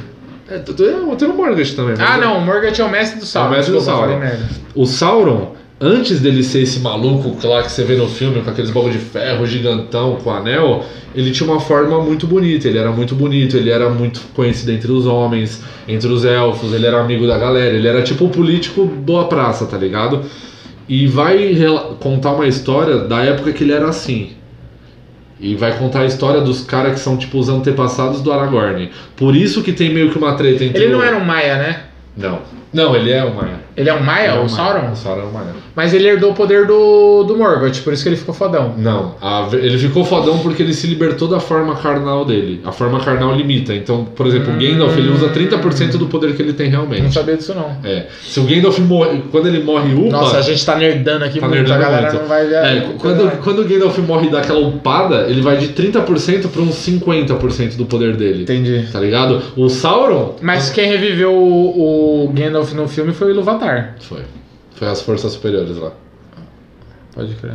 É, t- t- é, tem o Morgoth também. mas
Ah,
é-
não, o Morgoth é o mestre do Sauron.
É o mestre do
Desculpa,
Sauron.
falei merda.
O Sauron, antes dele ser esse maluco lá que você vê no filme, com aqueles bagulho de ferro gigantão, com anel, ele tinha uma forma muito bonita. Ele era muito bonito, ele era muito conhecido entre os homens, entre os elfos, ele era amigo da galera, ele era tipo o político boa praça, tá ligado? E vai rela- contar uma história da época que ele era assim. E vai contar a história dos caras que são tipo os antepassados do Aragorn. Por isso que tem meio que uma treta entre
Ele
o-
não era um Maia, né?
Não. Não, ele é o Maia.
Ele é um Maia,
Ele é
o
Maia.
Sauron?
O Sauron é o Maia.
Mas ele herdou o poder do, do Morgoth, por isso que ele ficou fodão.
Não, a ve- ele ficou fodão porque ele se libertou da forma carnal dele. A forma carnal limita. Então, por exemplo, o Gandalf ele usa 30% do poder que ele tem
Não
realmente.
sabia disso, não.
É. Se o Gandalf morre, quando ele morre upa,
Nossa, a gente tá nerdando aqui
tá
muito,
nerdando
a galera
muito.
não vai ver.
É, quando, quando o Gandalf morre e dá aquela upada, ele vai de 30% pra uns 50% do poder dele.
Entendi.
Tá ligado? O Sauron
Mas quem reviveu o, o Gandalf no filme foi o Iluvatar.
foi foi as forças superiores lá.
Pode crer.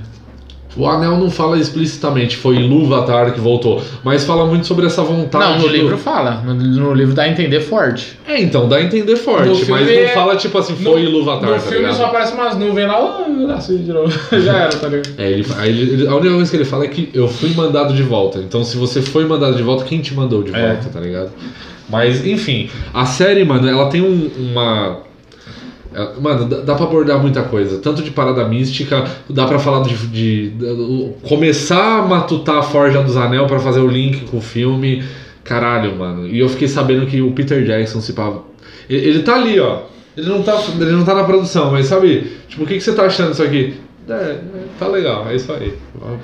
O Anel não fala explicitamente, foi Ilúvatar que voltou, mas fala muito sobre essa vontade.
não, Tá, no
do-
livro fala. No, no livro dá a entender forte.
É, então, dá a entender forte,
No filme
mas
é-
não fala tipo assim, foi Ilúvatar, tá ligado?
aparece umas nuvens lá, ah, assim de novo. [LAUGHS] Já era, tá ligado?
É, ele, aí ele- ele- a única coisa que ele fala é que eu fui mandado de volta. Então, se você foi mandado de volta, quem te mandou de volta,
É.
tá ligado? Mas, enfim, a série, mano, ela tem um- uma. É, Mano, dá, dá pra abordar muita coisa. Tanto de parada mística, dá pra falar de. de- da- o- começar a matutar a Forja dos Anel pra fazer o link com o filme. Caralho, mano. E eu fiquei sabendo que o Peter Jackson se pá. Ele, ele tá ali, ó. Ele não tá, ele não tá na produção, mas sabe? Tipo, o que, que você tá achando disso aqui? É, é, tá legal, é isso aí.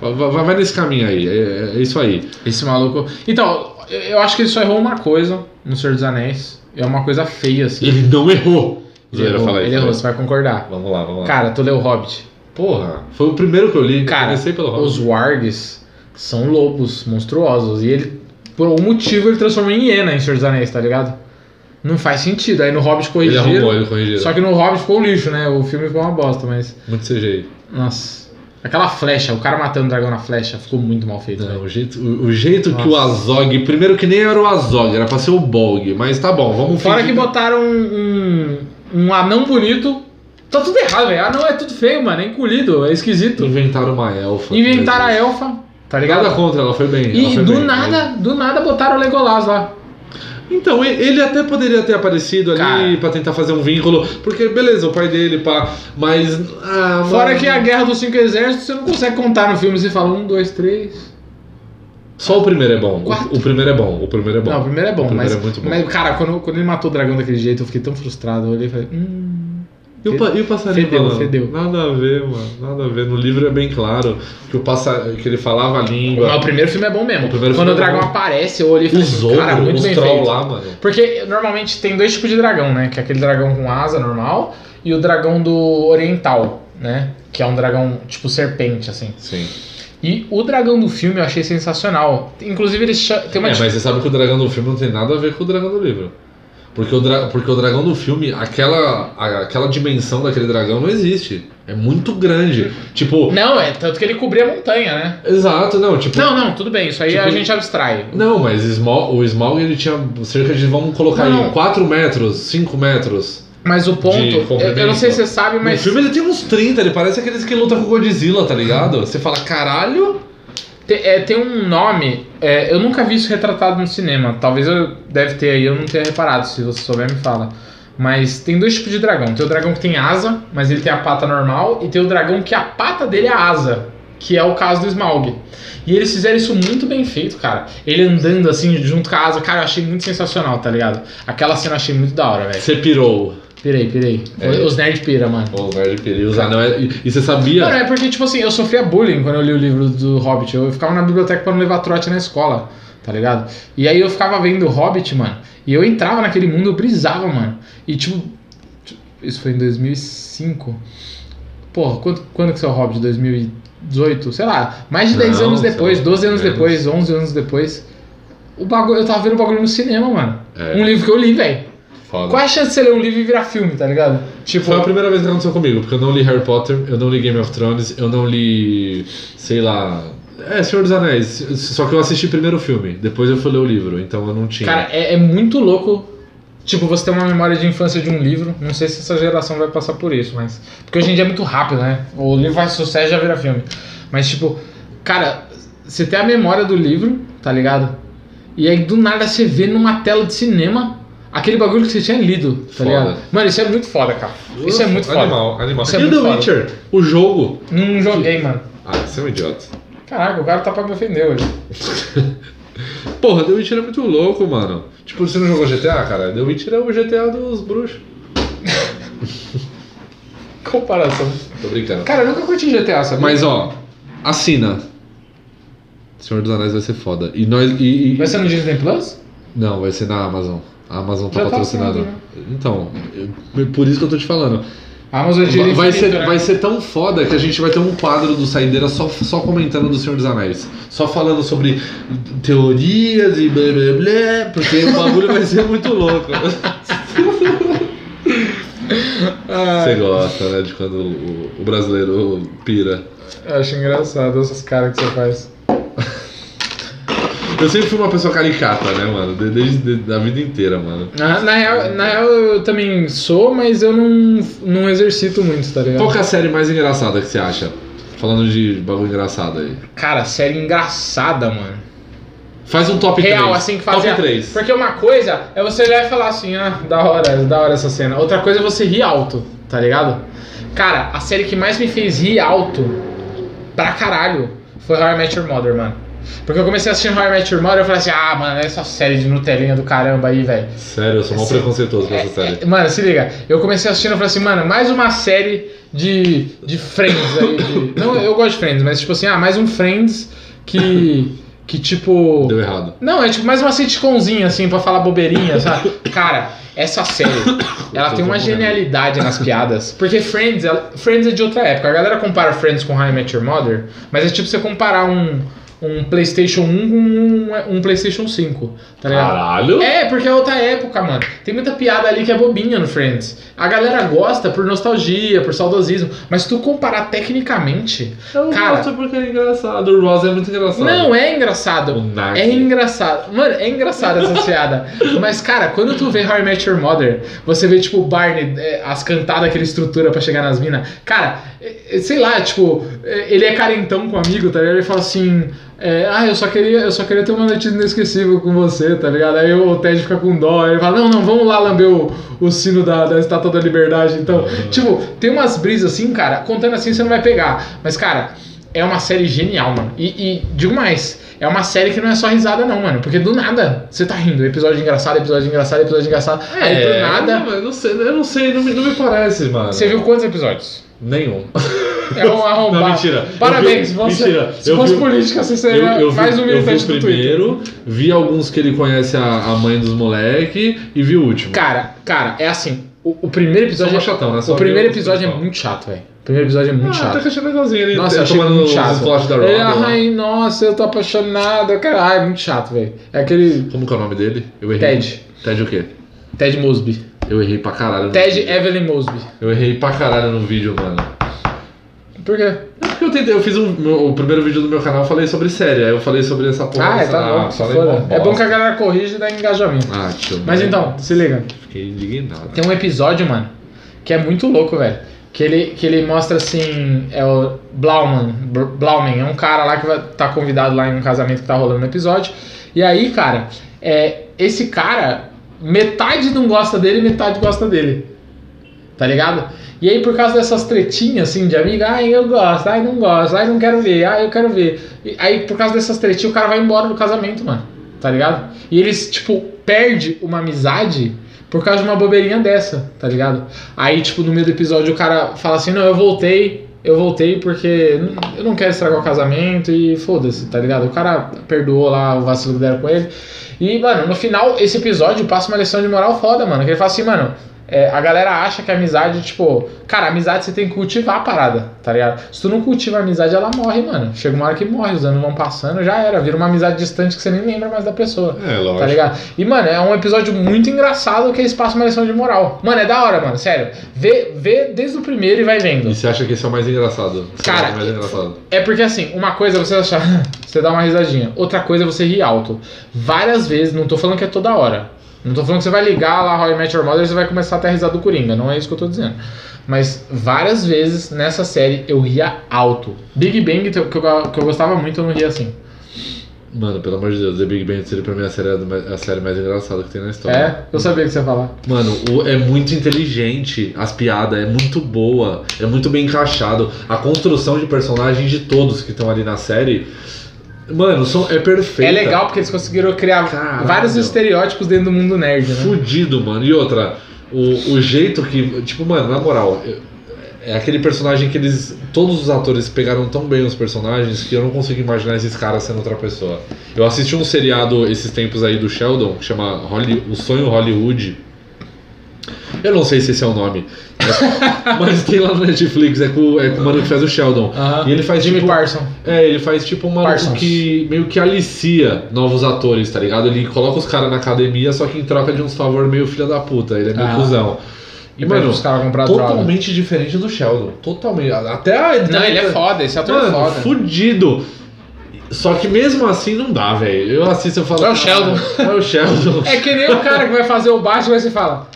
Vai, vai- vai nesse caminho aí, é, é isso aí.
Esse maluco. Então, eu- eu acho que ele só errou uma coisa no Senhor dos Anéis. É uma coisa feia, assim.
Ele não errou. Zoeira,
errou,
fala aí,
ele
fala
errou,
aí.
você vai concordar.
Vamos lá, vamos lá.
Cara, tu leu o Hobbit.
Porra, foi o primeiro que eu li.
Cara,
comecei pelo Hobbit.
Os wargs são lobos monstruosos. E ele, por algum motivo, ele transformou em hiena em Senhor dos Anéis, tá ligado? Não faz sentido. Aí no Hobbit
Ele
corrigiram.
arrumou, ele corrigiu.
Só que no Hobbit ficou um lixo, né? O filme ficou uma bosta, mas.
Muito CGI.
Nossa. Aquela flecha, o cara matando o dragão na flecha, ficou muito mal feito,
Não,
velho.
o jeito, o, o jeito que o
É. Nossa.
Azog. Primeiro que nem era o Azog, era pra ser o Bolg. Mas tá bom, vamos
Fora que
fingir-
botaram um, um, um anão bonito. Tá tudo errado, velho. Anão é tudo feio, mano. É encolhido, é esquisito.
Inventaram uma elfa. né,
Inventaram a elfa, tá
Nada
ligado?
contra, ela foi bem. ela
E
foi
do
bem, né?
nada, do nada botaram o Legolas lá.
Então, e- ele até poderia ter aparecido ali
Cara.
pra tentar fazer um vínculo, porque beleza, o pai dele, pá, mas. ah,
Fora
mano,
que a Guerra dos Cinco Exércitos você não consegue contar no filme. Você fala um, dois, três.
Só o primeiro é bom.
Quatro.
O, o primeiro é bom, o primeiro é bom.
não, o primeiro é bom,
o primeiro
mas,
é muito bom.
mas, cara, quando, quando ele matou o dragão daquele jeito, eu fiquei tão frustrado. Eu olhei e falei, hum.
E o, pa- e o passarinho
Fedeu,
falando?
fedeu.
Nada a ver, mano. Nada a ver. No livro é bem claro que, o passa... que ele falava a
Mas o
língua.
primeiro filme é bom mesmo.
O primeiro
quando
filme
o
é
dragão
bom.
aparece, eu olhei e falei,
Os
cara,
ogros,
muito
os
bem
troll
feito.
lá, mano.
Porque normalmente tem dois tipos de dragão, né? Que é aquele dragão com asa normal e o dragão do oriental, né? Que é um dragão tipo serpente, assim.
Sim.
E o dragão do filme eu achei sensacional. Inclusive, eles cha- tem uma
É, mas você sabe que o dragão do filme não tem nada a ver com o dragão do livro. Porque o, dra... Porque o dragão do filme, aquela... a- aquela dimensão daquele dragão não existe. É muito grande. Tipo,
Não, é tanto que ele cobria a montanha, né?
exato, não. Tipo,
Não, não, tudo bem, isso aí
Tipo-
a gente abstrai.
Não, mas Smog, o Smaug ele tinha cerca de, vamos colocar
Não.
aí, 4 metros, 5 metros.
Mas o ponto,
De
eu, eu não sei se você sabe,
Mas...
mas.
No filme ele tem uns 30, ele parece aqueles que lutam com o Godzilla, tá ligado? Você fala, caralho?
Te- é, tem um nome, é, eu nunca vi isso retratado no cinema. Talvez eu deve ter aí, eu não tenha reparado. Se você souber, me fala. Mas tem dois tipos de dragão. Tem o dragão que tem asa, mas ele tem a pata normal, e tem o dragão que a pata dele é a asa, que é o caso do Smaug. E eles fizeram isso muito bem feito, cara. Ele andando assim junto com a asa, cara, eu achei muito sensacional, tá ligado? Aquela cena eu achei muito da hora, velho.
Você pirou.
Pirei, pirei.
É.
Os nerd pira, mano.
Ô, Nerd pirou, os anões- E, e você
Mano,
sabia?
é porque, tipo assim, eu sofria bullying quando eu li o livro do Hobbit. Eu ficava na biblioteca pra não levar trote na escola, tá ligado? E aí eu ficava vendo o Hobbit, mano. E eu entrava naquele mundo, eu brisava, mano. E tipo. Isso foi em 2005. Porra, quando, quando que saiu o Hobbit? 2018? Sei lá. Mais de 10
Não,
anos
sei
depois,
lá,
12 anos
menos.
depois, 11 anos depois. O bagulho, eu tava vendo o bagulho no cinema, mano.
É.
Um livro que eu li, velho.
Foda.
Qual é a chance de você ler um livro e virar filme, tá ligado? Tipo,
Foi a primeira vez que aconteceu comigo, porque eu não li Harry Potter, eu não li Game of Thrones, eu não li. sei lá. É, Senhor dos Anéis. Só que eu assisti primeiro o filme, depois eu fui ler o livro, então eu não tinha.
Cara, é, é muito louco. Tipo, você ter uma memória de infância de um livro. Não sei se essa geração vai passar por isso, mas. Porque hoje em dia é muito rápido, né? O livro faz sucesso e já vira filme. Mas, tipo, cara, você tem a memória do livro, tá ligado? E aí do nada você vê numa tela de cinema aquele bagulho que você tinha lido, tá
Foda.
ligado? Mano, isso é muito foda, cara. Isso é muito foda.
Animal, animal.
Isso é
e o
muito
The
foda.
Witcher? O jogo.
Não joguei, mano.
Ah, você é um idiota.
Caraca, o cara tá pra me ofender hoje. [LAUGHS]
Porra, The Witcher é muito louco, mano. Tipo, você não jogou GTA, cara? The Witcher é o GTA dos bruxos.
Comparação.
Tô brincando.
Cara, eu nunca curti GTA, sabe?
Mas ó, assina. Senhor dos Anéis vai ser foda. E nós. E, e-
Vai ser no Disney Plus?
Não, vai ser na Amazon. A Amazon tá
Já tá
patrocinada.
assinado,
então, eu- por isso que eu tô te falando.
A Amazon
Vai,
Disney
vai
Infinito,
ser,
né?
vai ser tão foda que a gente vai ter um quadro do Saideira só, só comentando do Senhor dos Anéis. Só falando sobre teorias e blá blá blá, porque o bagulho vai ser muito louco. Você gosta, né, de quando o, o brasileiro pira.
Eu acho engraçado essas caras que você faz.
Eu sempre fui uma pessoa caricata, né, mano? de- Desde de- da vida inteira, mano.
Na, na real, na real, eu também sou, mas eu não, não exercito muito, tá ligado?
Qual que é a série mais engraçada que você acha? Falando de bagulho engraçado aí.
Cara, série engraçada, mano.
Faz um top
Real,
3.
assim que fazia.
Top 3.
Porque uma coisa é você olhar e falar assim, ah, da hora, da hora essa cena. Outra coisa é você rir alto. tá ligado? Cara, a série que mais me fez rir alto pra caralho foi How I Met Your Mother, mano. Porque eu comecei a assistir How I Met Your Mother e eu falei assim, ah, mano, essa série de Nutelinha do caramba aí, velho.
Sério, eu sou mal
Sim.
preconceituoso com essa série.
Assim. É, Mano, se liga. Eu comecei assistindo e falei assim, mano, mais uma série de, de Friends aí. de- Não, eu gosto de Friends, mas tipo assim, ah, mais um Friends que. Que tipo.
Deu errado.
Não, é tipo mais uma sitcomzinha, assim, pra falar bobeirinha, sabe? Cara, essa série, ela
tô
tem uma
jogando.
genialidade nas piadas. Porque Friends, ela- Friends é de outra época. A galera compara Friends com How I Met Your Mother, mas é tipo você comparar um, um PlayStation 1 com um, um PlayStation 5, tá ligado?
Caralho!
É, porque é outra época, mano. Tem muita piada ali que é bobinha no Friends. A galera gosta por nostalgia, por saudosismo. Mas se tu comparar tecnicamente.
Eu
Cara-
gosto porque é engraçado. O Ross é muito engraçado.
Não, é engraçado.
O Nag.
É engraçado. Mano, é engraçado essa piada. Mas, cara, quando tu vê How I Met Your Mother, você vê, tipo, o Barney, é, as cantadas que ele estrutura pra chegar nas minas. Cara, é, é, sei lá, tipo, é, ele é carentão com o amigo, tá ligado? Ele fala assim. é, ah, eu só, queria, eu só queria ter uma noite inesquecível com você, tá ligado? Aí o Ted fica com dó, aí ele fala, não, não, vamos lá lamber o, o sino da, da Estátua da Liberdade, então. Tipo, tem umas brisas assim, cara, contando assim você não vai pegar. Mas, cara, é uma série genial, mano. E, e digo mais, é uma série que não é só risada, não, mano. Porque do nada você tá rindo. Episódio engraçado, episódio engraçado, episódio engraçado. aí é, do nada.
Não, É, eu não sei, eu não sei, não me, não me parece, mano.
Você viu quantos episódios?
Nenhum.
É um arrombado.
[LAUGHS] Não, mentira.
Parabéns,
Eu vi-
você.
mentira.
Se
Eu
fosse
vi-
política, você
Eu,
seria
eu vi,
mais um
eu vi
militante
o
do Twitter.
primeiro, vi alguns que ele conhece a, a mãe dos moleque e vi o último.
Cara, cara, é assim. O, o primeiro
Só
episódio. é
uma chatão, né? Só
o
vi
primeiro
o
episódio é
principal.
muito chato, velho. O primeiro episódio é muito
Ah,
chato.
até que achei É, legalzinho ele
Nossa, eu
ele
achei
tomando
muito
os
chato.
flash da né?
Ele,
Robin lá.
ai, nossa, eu tô apaixonado, cara. Ai, muito chato, velho. É aquele
Como que é o nome dele? Eu errei.
Ted.
Ted o quê?
Ted Mosby.
Eu errei pra caralho. no
Ted
vídeo.
Evelyn Mosby.
Eu errei pra caralho no vídeo, mano.
Por quê?
É porque eu tentei, eu fiz um- meu- o primeiro vídeo do meu canal, eu falei sobre série, aí eu falei sobre essa porra.
Ah,
essa-
tá bom.
falei
foda.
uma
É bom que
bosta.
a galera corrige e dá engajamento.
Ah, tio,
Mas
mano,
então, se liga.
Fiquei indignado.
Tem um episódio, mano, que é muito louco, velho. Que ele, que ele mostra assim. É o Blauman. Br- Blauman é um cara lá que vai, tá convidado lá em um casamento que tá rolando no episódio. E aí, cara, é, esse cara, metade não gosta dele, metade gosta dele. Tá ligado? E aí, por causa dessas tretinhas, assim, de amiga, ai, eu gosto, ai, não gosto, ai, não quero ver, ai, eu quero ver. E aí, por causa dessas tretinhas, o cara vai embora do casamento, mano. Tá ligado? E eles, tipo, perde uma amizade por causa de uma bobeirinha dessa, tá ligado? Aí, tipo, no meio do episódio, o cara fala assim, não, eu voltei, eu voltei porque n- eu não quero estragar o casamento e foda-se, tá ligado? O cara perdoou lá o vacilo que deram com ele. E, mano, no final, esse episódio passa uma lição de moral foda, mano. Que ele fala assim, mano, é, a galera acha que a amizade, tipo, cara, a amizade você tem que cultivar a parada, tá ligado? Se tu não cultiva a amizade, ela morre, mano. Chega uma hora que morre, os anos vão passando, já era, vira uma amizade distante que você nem lembra mais da pessoa.
É, lógico.
Tá ligado? E, mano, é um episódio muito engraçado que eles passam uma lição de moral. Mano, é da hora, mano, sério. Vê, vê desde o primeiro e vai vendo.
E você acha que esse é o mais engraçado? Esse
Cara,
é o mais engraçado.
É porque, assim, uma coisa é você achar. [LAUGHS] você dá uma risadinha. Outra coisa é você rir alto. Várias vezes, não tô falando que é toda hora. Não tô falando que você vai ligar lá How I Met Your Mother e você vai começar a ter a risada do Coringa. Não é isso que eu tô dizendo. Mas várias vezes nessa série eu ria alto. Big Bang, que eu, que eu gostava muito, eu não ria assim.
Mano, pelo amor de Deus, The Big Bang Theory pra mim é a série, a série mais engraçada que tem na história.
É? Eu sabia que você ia falar.
Mano, o- é muito inteligente as piadas, é muito boa, é muito bem encaixado. A construção de personagens de todos que estão ali na série, mano, são, é perfeita.
É legal porque eles conseguiram criar
Caralho.
vários estereótipos dentro do mundo nerd, né?
Fudido, mano. E outra, o, o jeito que. Tipo, mano, na moral, eu- é aquele personagem que eles. Todos os atores pegaram tão bem os personagens que eu não consigo imaginar esses caras sendo outra pessoa. Eu assisti um seriado esses tempos aí do Sheldon, que chama Holly, O Sonho Hollywood. Eu não sei se esse é o nome. Mas, [LAUGHS] mas tem lá no Netflix, é com, é com o mano que faz o Sheldon.
Aham.
E ele faz
Jimmy
tipo,
Parson.
é, ele faz tipo um maluco
Parsons.
que meio que alicia novos atores, tá ligado? Ele coloca os caras na academia, só que em troca de uns favor meio filha da puta. Ele é meio
Ah.
cuzão. E,
E
mano,
os caras né? comprar droga.
totalmente diferente do Sheldon. Totalmente. Até a.
Não, ele é foda, esse ator é
Mano,
foda.
fudido. Só que mesmo assim não dá, velho. Eu assisto e eu falo.
[LAUGHS] É o Sheldon.
"Caralho, É o Sheldon.
É que nem o cara que vai fazer o baixo, mas você fala.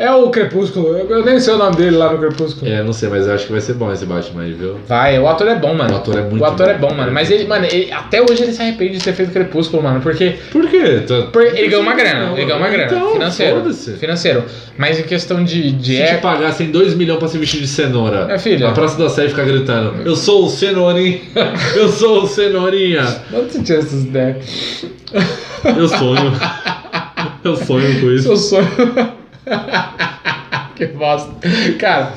É o Crepúsculo. Eu, eu nem sei o nome dele lá no Crepúsculo.
É, não sei, mas eu acho que vai ser bom esse Batman aí, viu?
Vai, o ator é bom, mano.
O ator é muito
O ator
bom.
é bom, mano. Mas ele, mano, ele- até hoje ele se arrepende de ter feito Crepúsculo, mano. Porque
Por quê? Tá-
Por- ele ganhou uma grana,
Não,
ele ganhou uma grana.
então,
financeiro.
foda-se.
Financeiro. Mas em questão de, de
Se te
época.
pagassem 2 milhões pra se vestir de cenoura,
É, filha.
na Praça da Sé ficar gritando: Eu sou o Cenourinha! [LAUGHS] Eu sou o Cenourinha!
Onde você tinha essas ideias?
Eu sonho. Eu sonho com isso.
Seu sonho.
[LAUGHS] Que bosta. Cara,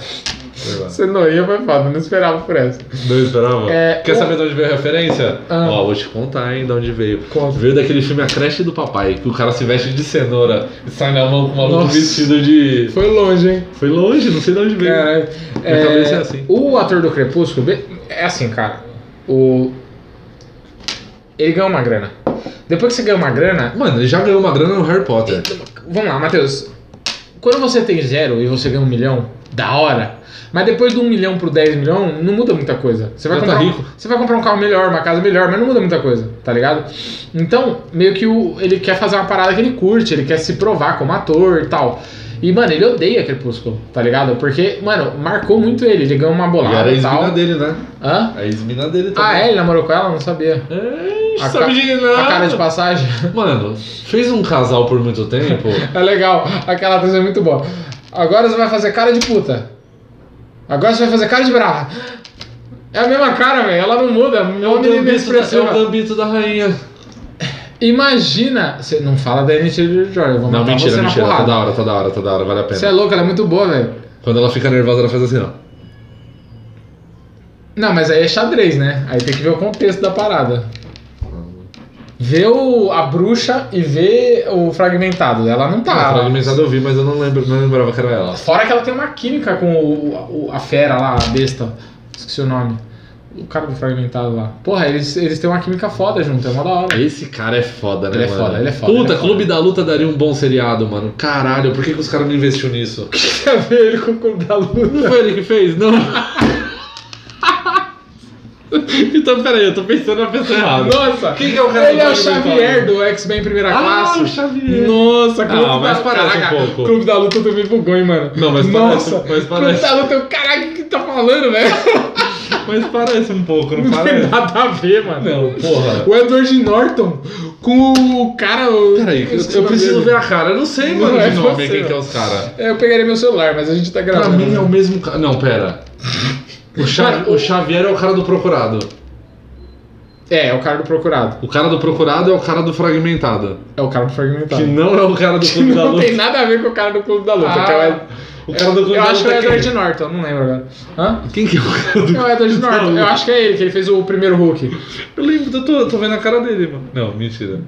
Você não ia, foi foda. Não esperava por essa.
Não esperava?
É,
Quer
o-
saber de onde veio a referência?
Ah.
Ó, vou te contar, hein, de onde veio.
Conta.
Veio daquele filme A Creche do Papai, que o cara se veste de cenoura e sai na mão com o maluco
Nossa.
vestido de.
Foi longe, hein?
Foi longe, não sei de onde veio.
Caralho.
Minha cabeça é assim.
o ator do Crepúsculo. be- É assim, cara. O. Ele ganhou uma grana. Depois que você ganha uma grana.
Mano, ele já ganhou uma grana no Harry Potter.
Vamos lá, Matheus. Quando você tem zero e você ganha um milhão, da hora. Mas depois do um milhão pro 10 milhões, não muda muita coisa. Você vai,
Já tá
comprar um-
rico.
você vai comprar um carro melhor, uma casa melhor, mas não muda muita coisa, tá ligado? Então, meio que o, ele quer fazer uma parada que ele curte, ele quer se provar como ator e tal. E, mano, ele odeia Crepúsculo, tá ligado? Porque, mano, marcou muito ele, ele ganhou uma
E era
bolada
a
e tal.
ex-mina dele, né?
Hã?
A ex-mina dele também.
Ah, é? Ele namorou com ela? Não sabia.
É,
A
sabe de
A cara de
nada.
passagem.
Mano, fez um casal por muito tempo.
É legal, aquela atriz é muito boa. Agora você vai fazer cara de puta. Agora você vai fazer cara de brava. É a mesma cara, velho. Ela não muda. tá Meu menino
Gambito da- é o
expressiva.
gambito da rainha.
Imagina. Você não fala da Anitta Jordan. Eu vou
Não,
matar
mentira,
você
mentira.
na
Tá
porrada.
da hora, tá da hora, tá da hora, vale a pena.
Você é louco, ela é muito boa, velho.
Quando ela fica nervosa, ela faz assim, ó.
Não, mas aí é xadrez, né? Aí tem que ver o contexto da parada. Vê o, a bruxa e vê o fragmentado. Ela não tá.
Ah, fragmentado eu vi, mas eu não lembro, não lembrava que era ela.
Fora que ela tem uma química com o, o- a fera lá, a besta. Esqueci o nome. O cara do fragmentado lá. Porra, eles, eles têm uma química foda junto, é uma da hora.
Esse cara é foda, né,
Ele é
mano?
foda, ele é foda, ele
Puta,
é
Clube da Luta daria um bom seriado, mano. Caralho, por que, que os caras não investiram nisso?
Quer [LAUGHS] ver ele com o clube da luta?
Não foi ele que fez, não. [LAUGHS] então, peraí, eu tô pensando na pessoa errada.
Nossa!
Quem que é o cara
Ele é
do
o Xavier do X-Men Primeira
Ah,
Classe.
o Xavier.
Nossa, Clube
Ah, mas
da
parece um
Caraca,
pouco.
Clube da Luta eu também bugou, hein, mano.
Não, mas
Nossa,
parece, mas
Clube
parece.
da Luta, eu, caralho, o que tá falando, velho?
Mas parece um pouco, não
Não tem
parece?
nada a ver, mano.
Não, porra.
O Edward Norton com o cara. o-
Peraí, eu,
esqueci o
eu
nome
preciso
dele.
ver a cara. Eu não sei,
Não
mano,
é
de nome
você,
quem que é
não.
os caras.
Eu pegaria meu celular, mas a gente tá
Pra
gravando.
mim é o mesmo cara. Não, pera. O, Xa-
Mano,
o Xavier é o cara do procurado.
É, é o cara do procurado.
O cara do procurado é o cara do fragmentado.
É o cara do fragmentado.
Que não é o cara
[LAUGHS]
do clube da
Não
luta. [LAUGHS]
tem nada a ver com o cara do clube da luta.
Ah,
que é o Ed-
O cara do clube
eu
da
acho que
luta.
é o
quem?
Edward Norton, não lembro agora. Hã?
Quem que é o cara do
É o Edward Norton, eu acho que é ele, que ele fez o primeiro Hulk.
Eu lembro, eu tô, eu tô vendo a cara dele, mano. Não, mentira.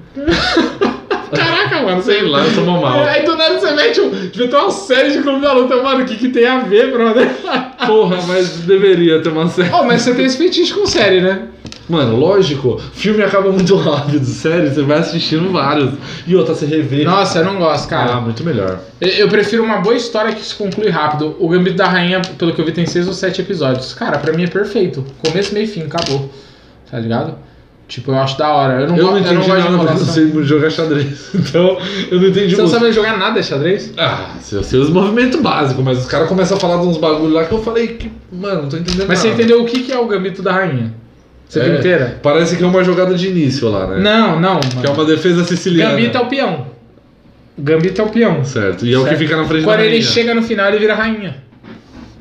Caraca, mano, É,
Sei lá, eu sou mó mal.
Aí do nada você mete um. Devia ter uma série de clube da luta, mano. O que, que tem a ver, brother?
[LAUGHS]
[LAUGHS]
Porra, mas deveria ter uma série.
oh, mas você tem esse fetiche com série, né?
Mano, lógico, filme acaba muito [LAUGHS] rápido, sério, você vai assistindo vários. E outra, você revê.
Nossa, eu não gosto,
Ah,
cara.
muito melhor.
Eu, eu prefiro uma boa história que se conclui rápido. O Gambito da Rainha, pelo que eu vi, tem seis ou sete episódios. Cara, pra mim é perfeito. Começo, meio e fim, acabou. Tá ligado? Tipo, eu acho da hora. Eu não,
Eu não
go- eu não
entendi
gosto de
nada porque eu
enrolação.
sei jogar xadrez. [LAUGHS] Então, eu não entendi
Você não
muito.
sabe jogar nada, xadrez?
Ah, eu sei os movimentos básicos, mas os caras começam a falar de uns bagulho lá que eu falei que, mano, não tô entendendo
Mas você
nada.
entendeu o que que é o gambito da rainha? Você viu
É.
inteira?
Parece que é uma jogada de início lá, né?
Não, não.
Que é
mano.
uma defesa siciliana.
Gambito é o peão. Gambito é o peão.
Certo, e é o que
Certo.
fica na frente
Quando
da
ele
rainha.
chega no final, ele vira rainha.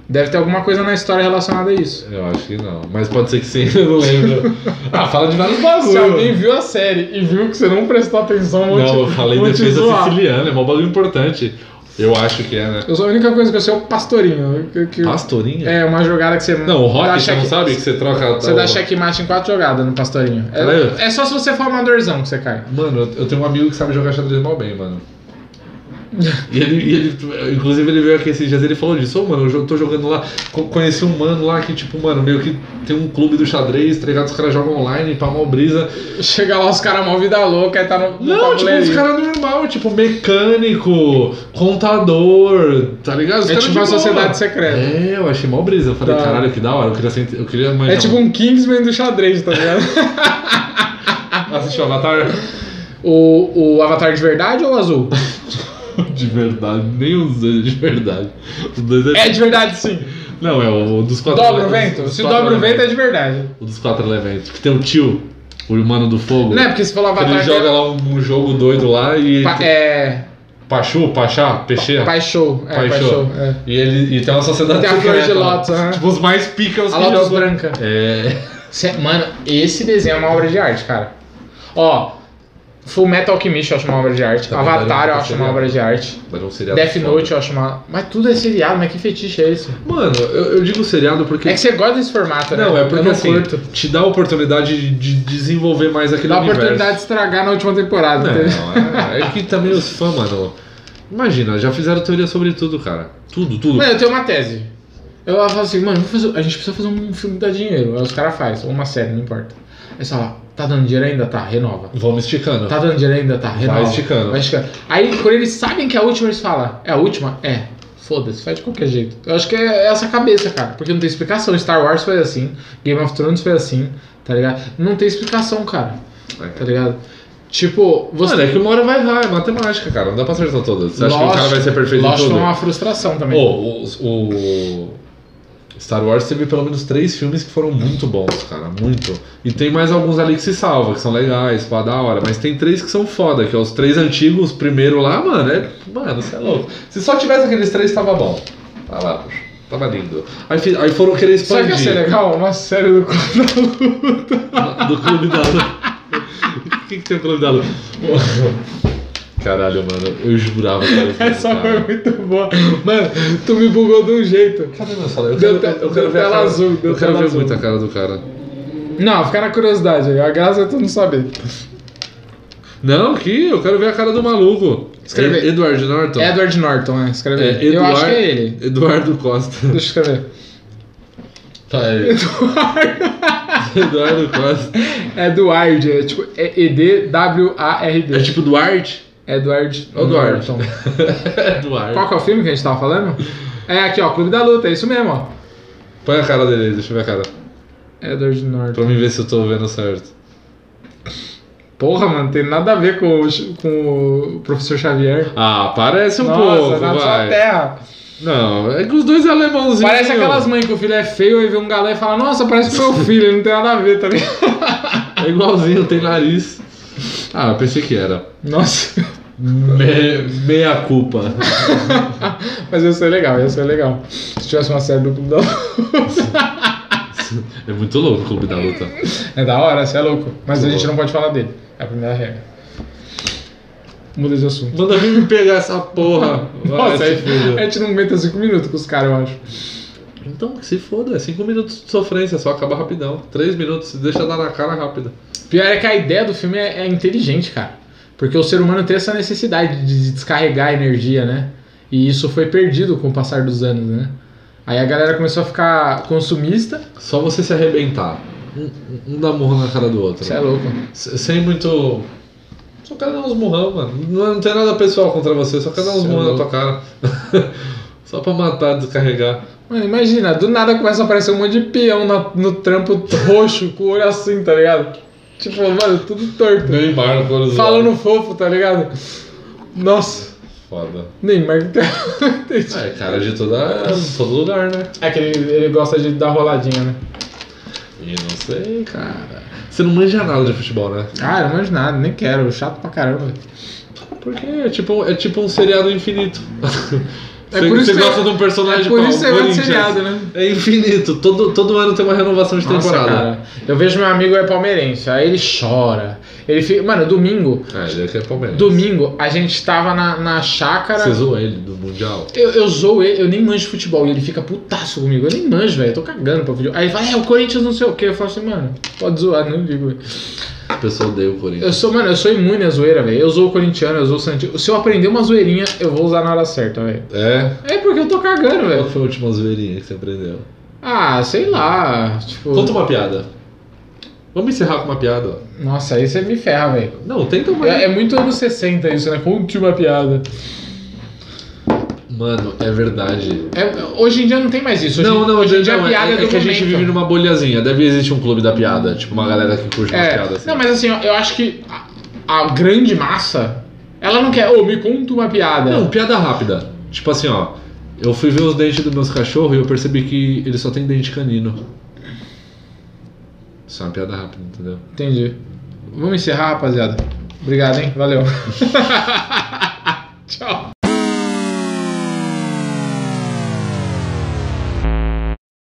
Deve ter alguma coisa na história relacionada a isso.
Eu acho que não, mas pode ser que sim, [LAUGHS] eu não lembro. ah, fala de vários
Se alguém
bagulhos.
viu a série e viu que você não prestou atenção, vou te-
Não, eu falei
vou te
defesa
zoar.
siciliana, é um bagulho importante. Eu acho que é, né?
Eu sou a única coisa que eu sei é o pastorinho. que- que-
Pastorinha?
É uma jogada que você.
Não, o rock,
dá
você não
check-
sabe que você troca...
Você dá checkmate em quatro jogadas no pastorinho.
Caralho.
É, é só se você for amadorzão que você cai.
Mano, eu- eu tenho um amigo que sabe jogar xadrez mal bem, mano. E ele, e ele- inclusive, ele veio aqui esses dias ele falou disso, ô mano, eu jo- tô jogando lá. co- Conheci um mano lá que, tipo, mano, meio que tem um clube do xadrez, tá ligado? Os caras jogam online, pra mal brisa.
Chega lá, os caras mó vida louca, aí tá no. no
Não, tipo,
tabuleirinho.
os caras normal, tipo, mecânico, contador, tá ligado? Os
É
caras
tipo
de
uma
boa.
sociedade secreta.
É, eu achei mal brisa. Eu falei,
Da hora.
caralho, que da hora, eu queria, sent- eu queria manjar
É tipo um Kingsman do xadrez, tá ligado?
[LAUGHS] um- Assistiu Avatar? [LAUGHS]
o, o Avatar de verdade ou o azul?
de verdade, nem os dois é de verdade. Os dois é.
É de verdade, sim.
Não, é o o dos quatro
Dobra o
elementos-
vento.
dos
Se
quatro
dobra o vento, é
elementos.
de verdade.
O dos quatro elementos. Que tem o tio, o humano do fogo.
Não é porque se falar
que ele
Avatar.
joga
tem-
lá um, um jogo doido lá e.
Pa- é.
Pachu, Pachá, Peixeira.
Pai show. É,
Pai
pai
Show.
show. é.
E, ele, e tem uma sociedade
Tem a
secreta
flor de
lá.
lótus, aham.
Tipo, os mais picas
A Lotus branca.
É. [LAUGHS]
Cê- mano, esse desenho é uma obra de arte, cara. Ó, Full Metal Alchemist eu acho uma obra de arte.
Tá
Avatar
verdade,
eu acho uma
seriado.
obra de arte.
Mas é um seriado
Death
foda.
Note eu acho uma. Mas tudo é seriado, mas que fetiche é isso?
Mano, eu, eu digo seriado porque.
É que você gosta desse formato, né?
Não, é porque
eu não
assim,
curto.
te dá a oportunidade de- de desenvolver mais aquele
Dá a
universo.
oportunidade de estragar na última temporada.
Não,
entendeu?
é, é que também os fãs, mano. Imagina, já fizeram teoria sobre tudo, cara. Tudo, tudo.
Mano, eu tenho uma tese. Eu falo assim, mano, vamos fazer- a gente precisa fazer um filme que dá dinheiro. Aí os caras fazem, ou uma série, não importa. Aí você fala, tá dando dinheiro ainda? Tá, renova.
Vamos esticando.
Tá dando dinheiro ainda? Tá, renova.
esticando.
Vai esticando. Aí, quando eles sabem que é a última, eles falam, é a última? É. Foda-se, faz de qualquer jeito. Eu acho que é essa cabeça, cara. Porque não tem explicação. Star Wars foi assim, Game of Thrones foi assim, tá ligado? Não tem explicação, cara.
É.
Tá ligado? Tipo, você.
Mano, é que uma hora vai errar, é matemática, cara. Não dá pra acertar todas. Você acha que o cara vai ser perfeito em
Lost
tudo?
foi uma frustração também.
Pô, os- o, Star Wars teve pelo menos três filmes que foram muito bons, cara, muito. E tem mais alguns ali que se salva, que são legais, pá, da hora. Mas tem três que são foda, que é os três antigos, o primeiro lá, mano, é. Mano, você é louco. Se só tivesse aqueles três, tava bom. Tá lá, puxa, tava lindo. Aí, fi- aí foram querer
Sabe o
expandir.
que ia
né?
ser legal? Uma série do Conan.
[LAUGHS] Do Clube da Luta. [LAUGHS] O que, que tem o Clube da Luta? Caralho, mano, eu jurava que era
É
esse
Essa foi
cara.
muito boa. Mano, tu me bugou de um jeito.
Cadê meu celular? Eu
Deu
quero,
te-
eu
deu
quero ver, a
tela
cara-
azul, deu
eu quero
tela
ver
azul.
muito a cara do cara.
Não, fica na curiosidade aí. A graça é tu não saber.
Não, aqui, eu quero ver a cara do maluco.
Escreve aí.
É Edward Norton?
Edward
né?
Norton, é. Escreve
É,
aí.
Eduard-
Eu acho que é ele.
Eduardo
[LAUGHS] Deixa
Costa.
eu escrever.
Tá, é. [LAUGHS] Eduardo Costa.
Eduard, é tipo é E-D-W-A-R-D.
É tipo Duarte?
Edward
Ou Duarte? [LAUGHS]
Norton.
Duarte.
então. Qual que é o filme que a gente tava falando? É aqui, ó, Clube da Luta, é isso mesmo, ó.
Põe a cara dele aí, deixa eu ver a cara.
Edward Norton.
Pra mim ver se eu tô vendo certo.
Porra, mano, tem nada a ver com o, Ch- com o professor Xavier.
Ah, parece um pouco,
Nossa, tá na sua
vai.
terra.
Não, é que os dois é alemãozinhos.
Parece aquelas mães que o filho é feio e vê um galã e fala, nossa, parece que foi o filho, não tem nada a ver, tá ligado? [LAUGHS]
É igualzinho, tem nariz. Ah, eu pensei que era.
Nossa.
Me- [LAUGHS] meia culpa.
Mas ia ser legal, ia ser legal. Se tivesse uma série do Clube da Luta.
É muito louco o clube da luta.
É da hora, você é louco. Mas a
Tô
gente
louco.
não pode falar dele. É a primeira regra. Muda de assunto.
Manda vir me pegar essa porra. Vai,
Nossa,
se
a
fuder.
gente não aguenta 5 minutos com os caras, eu acho.
Então, que se foda, é 5 minutos de sofrência, só acaba rapidão. 3 minutos, deixa dar na cara rápido.
Pior é que a ideia do filme é, é inteligente, cara. Porque o ser humano tem essa necessidade de descarregar a energia, né? E isso foi perdido com o passar dos anos, né? Aí a galera começou a ficar consumista.
Só você se arrebentar. Um, um dá murro na cara do outro.
Você é louco.
S- Sem muito. Só quero dar uns murrão, mano. Não, não tem nada pessoal contra você, só quero dar uns
Cê é
murrão na tua
louco.
cara. [LAUGHS] só pra matar, descarregar.
Mano, imagina, do nada começa a aparecer um monte de peão na- no trampo roxo, com o olho assim, tá ligado? Tipo, mano, tudo torto.
Neymar no Corozal.
Falando fofo, tá ligado? Nossa,
Foda.
Neymar
[LAUGHS]
que tem.
É, cara de toda, todo lugar, né?
É que ele, ele gosta de dar roladinha, né?
E não sei, cara. Você não manja nada de futebol, né?
Ah, eu não manjo nada, nem quero. Chato pra caramba.
Porque é tipo, é tipo um seriado infinito.
É
Você-
por isso
você
que
gosta
é-
de um personagem
é por
pau,
isso que você gosta de
Corinthians.
seriado, né?
É infinito. Todo, todo ano tem uma renovação de
Nossa,
temporada.
cara. Eu vejo meu amigo é palmeirense, aí ele chora. Ele fica... Mano, domingo,
É, ele aqui é Palmeiras.
domingo, a gente tava na, na chácara.
Você zoou ele do Mundial.
Eu, eu zoo ele, eu nem manjo futebol. E ele fica putaço comigo. Eu nem manjo, velho. Eu tô cagando pra futebol. Aí ele fala, é, o Corinthians não sei o quê. Eu falo assim, mano, pode zoar, não ligo, velho.
O pessoal odeia o Corinthians.
Eu sou, mano, eu sou imune à zoeira, velho. Eu zoo o corintiano, eu zoo o Santista. Se eu aprender uma zoeirinha, eu vou usar na hora certa, velho.
É?
É porque eu tô cagando,
Qual
velho.
foi a última zoeirinha que você aprendeu?
Ah, sei lá. Tipo.
Conta uma piada. Vamos encerrar com uma piada. ó.
Nossa, aí você me ferra, velho.
Não, tenta uma.
É, é muito anos 60 isso, né? Conte uma piada.
Mano, é verdade.
É, hoje em dia não tem mais isso. Hoje,
não, não,
hoje em dia
não,
a
é-
piada
é,
é, do
que a gente
momento.
vive numa bolhazinha. Deve existir um clube da piada, tipo uma galera que curte umas
É.
piadas. assim.
Não, mas assim, ó, eu acho que a, a grande massa Ela não quer, ô, me conta uma piada.
Não, piada rápida. Tipo assim, ó. Eu fui ver os dentes dos meus cachorros e eu percebi que ele só tem dente canino. Isso é uma piada rápida, entendeu?
Entendi. Vamos encerrar, rapaziada. Obrigado, hein? Valeu. [LAUGHS] Tchau.